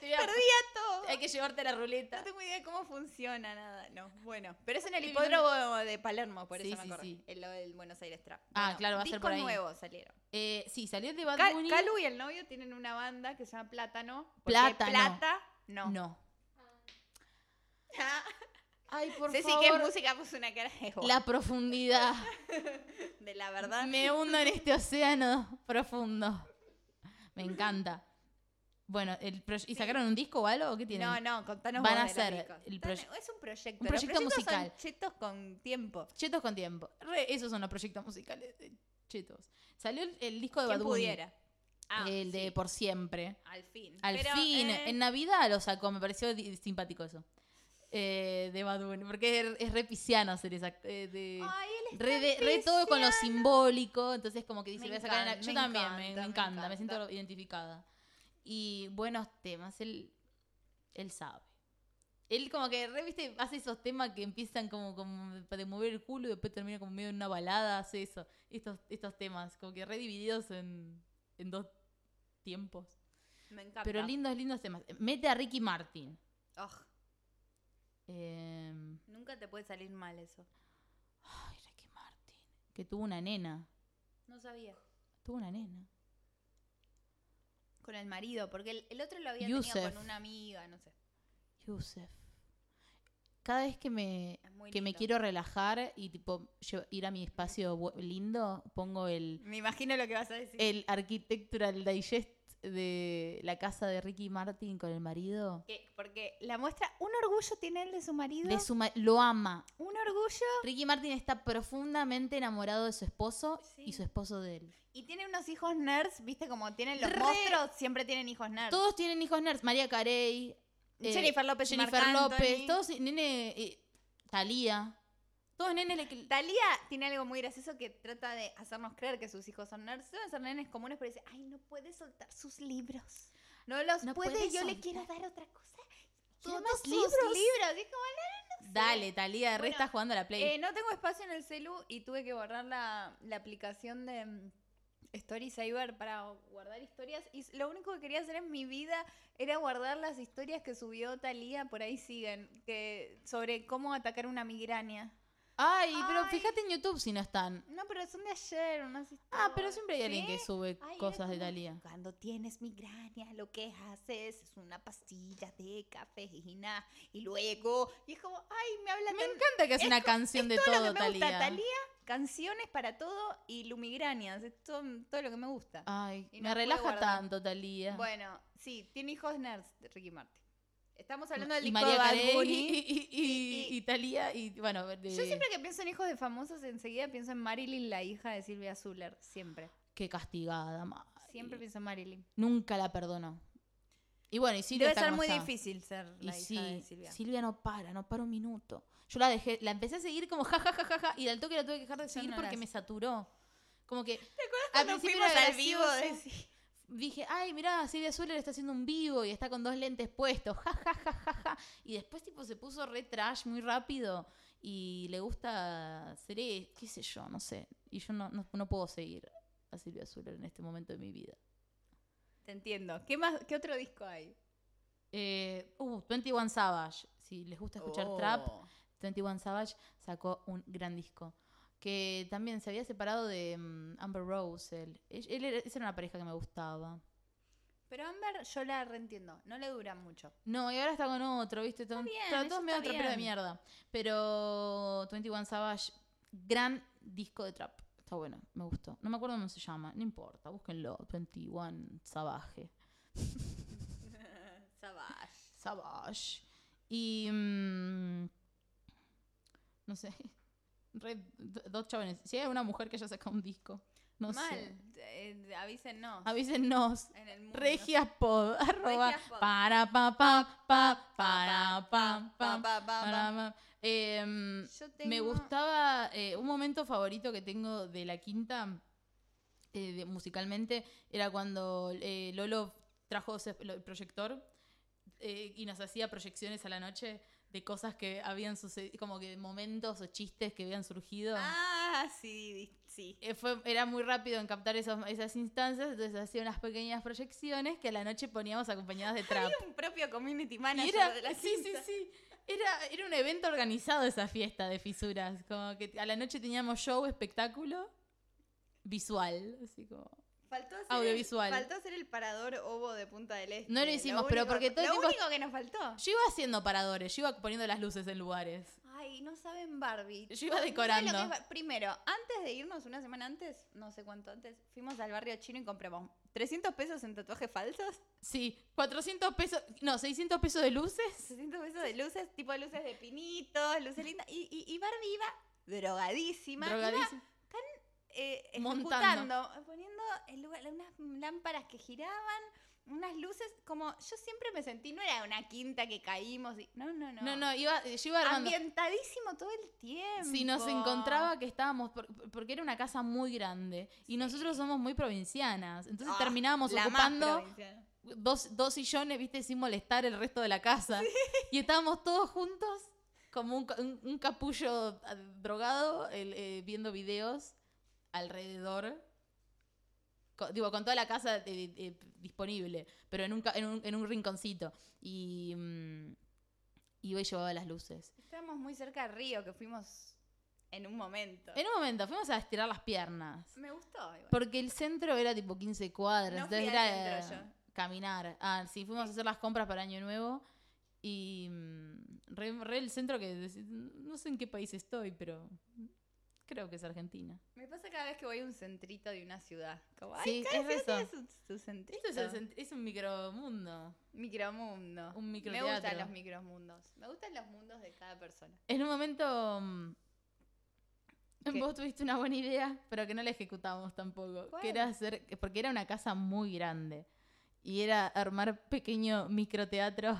Speaker 2: Te voy a-
Speaker 1: Perdí a todo.
Speaker 2: Hay que llevarte la ruleta.
Speaker 1: No tengo idea de cómo funciona nada. No, bueno. Pero es en el
Speaker 2: Estoy
Speaker 1: hipódromo de Palermo, por
Speaker 2: Sí,
Speaker 1: eso me
Speaker 2: sí,
Speaker 1: acordé.
Speaker 2: sí.
Speaker 1: El, lo del Buenos Aires Trap.
Speaker 2: Ah, claro, va a ser por ahí.
Speaker 1: Discos nuevos salieron.
Speaker 2: Eh, sí, salió el de Bad
Speaker 1: Ca-
Speaker 2: Bunny.
Speaker 1: Calu y el novio tienen una banda que se llama Plátano. porque
Speaker 2: Plátano.
Speaker 1: Plata, no. Ah,
Speaker 2: No. Ay, por
Speaker 1: Ceci, ¿qué
Speaker 2: favor.
Speaker 1: música puso una cara de,
Speaker 2: La profundidad.
Speaker 1: de la verdad?
Speaker 2: Me hundo en este océano profundo. Me encanta. Bueno, el proye- ¿y sacaron un disco o algo? ¿O ¿Qué tienen?
Speaker 1: No, no, contanos vos
Speaker 2: Van a
Speaker 1: de los
Speaker 2: hacer
Speaker 1: discos.
Speaker 2: el
Speaker 1: Están-
Speaker 2: proye-
Speaker 1: Es un proyecto.
Speaker 2: un
Speaker 1: Los
Speaker 2: proyecto
Speaker 1: proyectos son
Speaker 2: musical.
Speaker 1: chetos con tiempo.
Speaker 2: Chetos con tiempo. Re, esos son los proyectos musicales de Chetos. Salió el, el disco de
Speaker 1: Quien
Speaker 2: Bad Bunny,
Speaker 1: pudiera. Ah,
Speaker 2: el
Speaker 1: sí,
Speaker 2: de Por Siempre.
Speaker 1: Al fin.
Speaker 2: Al
Speaker 1: Pero,
Speaker 2: fin,
Speaker 1: eh,
Speaker 2: en Navidad lo sacó, me pareció di- simpático eso. Eh, de Bad Bunny, porque es, es re pisciano hacer esa... eh, de-
Speaker 1: Ay, él
Speaker 2: re, de-
Speaker 1: es tan
Speaker 2: re todo con lo
Speaker 1: pisciano.
Speaker 2: simbólico, entonces como que dice,
Speaker 1: Me
Speaker 2: voy a sacar en la-
Speaker 1: encanta,
Speaker 2: Yo
Speaker 1: me
Speaker 2: también, me- me,
Speaker 1: encanta, me
Speaker 2: encanta, me
Speaker 1: encanta.
Speaker 2: siento identificada. Y buenos temas, él, él sabe. Él como que, re, viste, hace esos temas que empiezan como, como de mover el culo y después termina como medio en una balada, hace eso. Estos, estos temas, como que re divididos en, en dos tiempos.
Speaker 1: Me encanta.
Speaker 2: Pero lindos, lindos temas. Mete a Ricky Martin.
Speaker 1: Oj,
Speaker 2: Eh,
Speaker 1: nunca te puede salir mal eso.
Speaker 2: ay, Ricky Martin. Que tuvo una nena.
Speaker 1: No sabía.
Speaker 2: Tuvo una nena.
Speaker 1: Con el marido, porque el, el otro lo había tenido
Speaker 2: Yusef.
Speaker 1: con una amiga, no sé.
Speaker 2: Yusef. Cada vez que me,
Speaker 1: Es muy
Speaker 2: que me
Speaker 1: lindo.
Speaker 2: quiero relajar y tipo yo ir a mi espacio bu- lindo, pongo el, Eh.
Speaker 1: Me imagino lo que vas a decir.
Speaker 2: el Architectural Digest de la casa de Ricky Martin con el marido.
Speaker 1: Que- Porque la muestra, un orgullo tiene él de su marido.
Speaker 2: De su ma- lo ama.
Speaker 1: Un orgullo.
Speaker 2: Ricky Martin está profundamente enamorado de su esposo y
Speaker 1: Sí.
Speaker 2: su esposo de él.
Speaker 1: Y tiene unos hijos nerds, viste, como tienen los
Speaker 2: Re-
Speaker 1: monstruos, siempre tienen hijos nerds.
Speaker 2: Todos tienen hijos nerds. María Carey, eh,
Speaker 1: Jennifer López, y
Speaker 2: Jennifer
Speaker 1: Pues Marc
Speaker 2: López,
Speaker 1: Anthony.
Speaker 2: todos nene. eh, Thalía. Todos nenes le que-
Speaker 1: Talía tiene algo muy gracioso que trata de hacernos creer que sus hijos son nerds. Deben ser nenes comunes, pero dice, ay, no puede soltar sus libros. No los
Speaker 2: No
Speaker 1: puede,
Speaker 2: puede
Speaker 1: yo le
Speaker 2: soltar.
Speaker 1: quiero dar otra cosa.
Speaker 2: ¿Quiere
Speaker 1: Todos
Speaker 2: más
Speaker 1: sus
Speaker 2: libros?
Speaker 1: libros. Y es como,
Speaker 2: Dale, Thalía, re
Speaker 1: Bueno,
Speaker 2: está jugando a la Play.
Speaker 1: eh, no tengo espacio en el celu y tuve que borrar la, la aplicación de mm, Story Saver para guardar historias. Y s- lo único que quería hacer en mi vida era guardar las historias que subió Talía, por ahí siguen, que, sobre cómo atacar una migraña.
Speaker 2: Ay, pero
Speaker 1: ay.
Speaker 2: fíjate en YouTube si no están.
Speaker 1: No, pero son de ayer, unas
Speaker 2: Ah, pero
Speaker 1: historias.
Speaker 2: siempre hay alguien que
Speaker 1: Sí.
Speaker 2: sube
Speaker 1: Ay, era
Speaker 2: cosas de
Speaker 1: como,
Speaker 2: Thalía.
Speaker 1: Cuando tienes migraña, lo que haces es una pastilla de cafeína y luego. Y es como, ay, me habla
Speaker 2: Me
Speaker 1: tan-
Speaker 2: encanta que es,
Speaker 1: es
Speaker 2: una
Speaker 1: co-
Speaker 2: canción de
Speaker 1: es todo,
Speaker 2: todo,
Speaker 1: lo que me gusta.
Speaker 2: Thalía.
Speaker 1: Thalía, canciones para todo y lumigrañas. Es todo, todo lo que me gusta.
Speaker 2: Ay,
Speaker 1: Y no
Speaker 2: me
Speaker 1: pude
Speaker 2: relaja
Speaker 1: guardar.
Speaker 2: tanto, Talía.
Speaker 1: Bueno, sí, tiene hijos nerds, Ricky Martin. Estamos hablando del
Speaker 2: y
Speaker 1: disco de
Speaker 2: María
Speaker 1: Bad
Speaker 2: Carey,
Speaker 1: Bunny.
Speaker 2: y, y, y,
Speaker 1: y-
Speaker 2: y Thalía, y bueno, de-
Speaker 1: Yo siempre que pienso en hijos de famosos, enseguida pienso en Marilyn, la hija de Silvia Zuller. Siempre.
Speaker 2: qué castigada, ma.
Speaker 1: Siempre pienso en Marilyn.
Speaker 2: Nunca la perdonó. Y bueno, y Silvia
Speaker 1: Debe
Speaker 2: está
Speaker 1: ser
Speaker 2: como
Speaker 1: muy
Speaker 2: está.
Speaker 1: difícil ser la hija
Speaker 2: Y sí,
Speaker 1: de
Speaker 2: Silvia.
Speaker 1: Silvia.
Speaker 2: no para, no para un minuto. Yo la dejé, la empecé a seguir como ja, ja, ja, ja, ja, y al toque la tuve que dejar de
Speaker 1: Yo
Speaker 2: seguir
Speaker 1: no la
Speaker 2: porque
Speaker 1: sé.
Speaker 2: me saturó. Como que al
Speaker 1: Ah, Cuando
Speaker 2: principio
Speaker 1: fuimos
Speaker 2: era
Speaker 1: al vivo, eh,
Speaker 2: gracioso.
Speaker 1: decí-
Speaker 2: dije, ay, mirá, Silvia Zuller está haciendo un vivo y está con dos lentes puestos, ja, ja, ja, ja, ja. Y después, tipo, se puso re trash muy rápido y le gusta ser, e- qué sé yo, no sé. Y yo no, no, no puedo seguir a Silvia Zuller en este momento de mi vida.
Speaker 1: Te entiendo. ¿Qué, más, ¿Qué otro disco hay?
Speaker 2: Eh, uh, 21 Savage, si les gusta escuchar
Speaker 1: Oh.
Speaker 2: trap, 21 Savage sacó un gran disco. Que también se había separado de mm, Amber Rose. Él, él- él era- esa era una pareja que me gustaba.
Speaker 1: Pero Amber, yo la reentiendo. No le dura mucho.
Speaker 2: No, y ahora está con otro, ¿viste? Está,
Speaker 1: bien,
Speaker 2: está
Speaker 1: eso
Speaker 2: todos medio
Speaker 1: está
Speaker 2: trapero de
Speaker 1: bien.
Speaker 2: mierda. Pero 21 Savage, gran disco de trap. Está bueno, me gustó. No me acuerdo cómo se llama, no importa, búsquenlo. 21 Savage.
Speaker 1: Eh, Savage.
Speaker 2: Savage. Y. mm, no sé. Re- do- dos chavales. Si hay una mujer que haya sacado un disco, no
Speaker 1: Mal.
Speaker 2: sé. Ah,
Speaker 1: Eh, avísennos.
Speaker 2: Avísenos.
Speaker 1: En el mundo.
Speaker 2: Regiaspod, arroba,
Speaker 1: Regiaspod.
Speaker 2: para pa pa pa, para pa
Speaker 1: Pa, pa,
Speaker 2: pa,
Speaker 1: pa, pa.
Speaker 2: para pa. Em,
Speaker 1: Yo
Speaker 2: me
Speaker 1: tengo-
Speaker 2: gustaba eh, un momento favorito que tengo de la quinta eh, de- musicalmente era cuando eh, Lolo trajo ese- lo- el proyector eh, y nos hacía proyecciones a la noche de cosas que habían sucedido, como que momentos o chistes que habían surgido.
Speaker 1: Ah, sí, sí.
Speaker 2: Eh, fue- era muy rápido en captar esos- esas instancias, entonces hacía unas pequeñas proyecciones que a la noche poníamos acompañadas de trap.
Speaker 1: Un propio community
Speaker 2: Y
Speaker 1: manager
Speaker 2: era,
Speaker 1: de la
Speaker 2: sí, sí,
Speaker 1: quinta.
Speaker 2: sí. Era, era un evento organizado esa fiesta de fisuras. Como que a la noche teníamos show, espectáculo, visual. Así como.
Speaker 1: Faltó hacer
Speaker 2: Audiovisual.
Speaker 1: El, faltó hacer el parador obo de Punta del Este.
Speaker 2: No lo hicimos, pero porque todo el
Speaker 1: Lo
Speaker 2: tiempo-
Speaker 1: único que nos faltó.
Speaker 2: Yo iba haciendo paradores, yo iba poniendo las luces en lugares.
Speaker 1: Ay, no saben Barbie.
Speaker 2: Yo iba
Speaker 1: No- no
Speaker 2: decorando.
Speaker 1: saben lo que es Bar- Primero, antes de irnos, una semana antes, no sé cuánto antes, fuimos al barrio chino y compramos 300 pesos en tatuajes falsos,
Speaker 2: Sí, 400 pesos, no, 600 pesos de luces.
Speaker 1: 300 pesos de luces, tipo de luces de pinitos, luces lindas. Y, y, y Barbie iba drogadísima. iba,
Speaker 2: drogadísimo.
Speaker 1: eh,
Speaker 2: Montando.
Speaker 1: ejecutando, poniendo en lugar- unas lámparas que giraban, unas luces, como yo siempre me sentí, no era una quinta que caímos. y- no, no, no.
Speaker 2: No, no, iba, yo iba armando.
Speaker 1: Ambientadísimo todo el tiempo.
Speaker 2: Si nos encontraba que estábamos, por- porque era una casa muy grande y nosotros somos muy provincianas, entonces
Speaker 1: Ah,
Speaker 2: terminábamos
Speaker 1: la más
Speaker 2: ocupando
Speaker 1: provinciana.
Speaker 2: dos, dos sillones, viste, sin molestar el resto de la casa. Y estábamos todos juntos, como un, ca- un- un capullo ah, drogado, el, eh, viendo videos alrededor. Co- digo, con toda la casa eh, eh, disponible, pero en un, ca- en un, en un rinconcito. Y, mm, y hoy llevaba las luces.
Speaker 1: Estábamos muy cerca de Río, que fuimos en un momento.
Speaker 2: En un momento fuimos a estirar las piernas.
Speaker 1: Me gustó. igual.
Speaker 2: Porque el centro era tipo 15 cuadras.
Speaker 1: No fui
Speaker 2: entonces
Speaker 1: al
Speaker 2: era
Speaker 1: centro yo.
Speaker 2: caminar. Ah, sí, fuimos a hacer las compras para Año Nuevo. Y mm, re, re el centro que decí- no sé en qué país estoy, pero Creo que es Argentina.
Speaker 1: Me pasa cada vez que voy a un centrito de una ciudad. Como, ay,
Speaker 2: Sí,
Speaker 1: cada
Speaker 2: es
Speaker 1: ciudad
Speaker 2: eso.
Speaker 1: tiene su, su centrito.
Speaker 2: Esto es, el cent- es un micromundo.
Speaker 1: Micromundo.
Speaker 2: Un
Speaker 1: Me gustan
Speaker 2: microteatro.
Speaker 1: los micromundos. Me gustan los mundos de cada persona.
Speaker 2: En un momento. mm,
Speaker 1: ¿Qué?
Speaker 2: Vos tuviste una buena idea, pero que no la ejecutamos tampoco.
Speaker 1: ¿Cuál?
Speaker 2: Que era hacer. Porque era una casa muy grande. Y era armar pequeño microteatro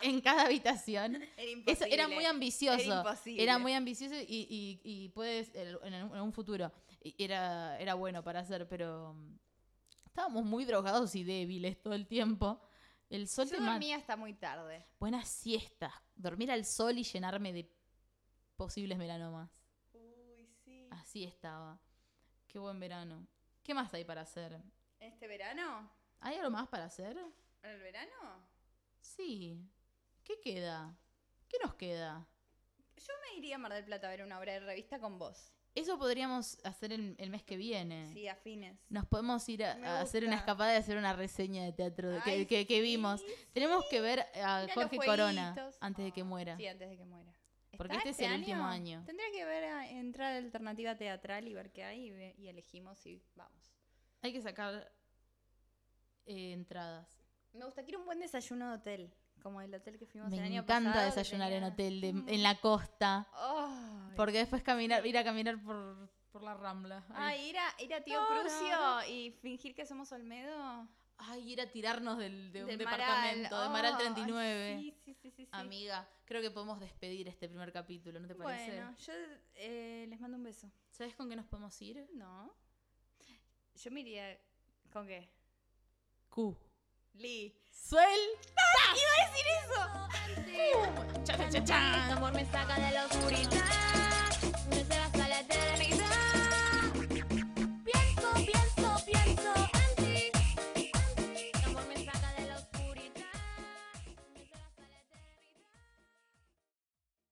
Speaker 2: en cada habitación.
Speaker 1: Era
Speaker 2: Eso era
Speaker 1: imposible.
Speaker 2: muy ambicioso. Era,
Speaker 1: imposible.
Speaker 2: muy ambicioso y, y, y puedes. el- En, un- en un futuro. y Era, era bueno para hacer, pero. mm, Estábamos muy drogados y débiles todo el tiempo. El sol
Speaker 1: Yo
Speaker 2: te ma-
Speaker 1: dormía hasta muy tarde.
Speaker 2: buenas siestas, dormir al sol y llenarme de posibles melanomas.
Speaker 1: Uy, sí.
Speaker 2: Así estaba. Qué buen verano. ¿Qué más hay para hacer?
Speaker 1: ¿Este verano?
Speaker 2: ¿Hay algo más para hacer?
Speaker 1: ¿En el verano?
Speaker 2: Sí. ¿Qué queda? ¿Qué nos queda?
Speaker 1: Yo me iría a Mar del Plata a ver una obra de revista con vos.
Speaker 2: Eso podríamos hacer el, el mes que viene.
Speaker 1: Sí, afines.
Speaker 2: Nos podemos ir a,
Speaker 1: Me
Speaker 2: a hacer una
Speaker 1: gusta.
Speaker 2: escapada y hacer una reseña de teatro de- que,
Speaker 1: Ay,
Speaker 2: que- que vimos.
Speaker 1: sí,
Speaker 2: Tenemos que ver a
Speaker 1: Mira los
Speaker 2: Jorge Corona
Speaker 1: jueguitos.
Speaker 2: antes de que
Speaker 1: Ah,
Speaker 2: muera.
Speaker 1: Sí, antes de que muera.
Speaker 2: Porque
Speaker 1: ¿Está
Speaker 2: este es el último año.
Speaker 1: Tendría que ver a- entrar a alternativa teatral y ver qué hay y, ve- y elegimos y vamos.
Speaker 2: Hay que sacar eh, entradas.
Speaker 1: Me gusta quiero un buen desayuno de hotel, como el hotel que fuimos
Speaker 2: Me
Speaker 1: el año
Speaker 2: encanta
Speaker 1: pasado, que
Speaker 2: desayunar en
Speaker 1: tenía-
Speaker 2: hotel, de-
Speaker 1: Mm.
Speaker 2: en la costa,
Speaker 1: Ay.
Speaker 2: porque después caminar, ir a caminar por, por la rambla. Ay.
Speaker 1: Ay, ir a, ir a Tío
Speaker 2: Tarara.
Speaker 1: Crucio y fingir que somos Olmedo.
Speaker 2: Ay, ir a tirarnos del, de un
Speaker 1: Del
Speaker 2: departamento, de Maral
Speaker 1: Ay,
Speaker 2: 39.
Speaker 1: Sí, sí, sí, sí, sí.
Speaker 2: Amiga, creo que podemos despedir este primer capítulo, ¿no te parece?
Speaker 1: Bueno, yo eh, les mando un beso.
Speaker 2: ¿Sabes con qué nos podemos ir?
Speaker 1: No. Yo me iría. ¿Con qué?
Speaker 2: Q.
Speaker 1: Lee.
Speaker 2: Suel.
Speaker 1: ¡Iba a decir eso!
Speaker 5: Amor me saca de la oscuridad.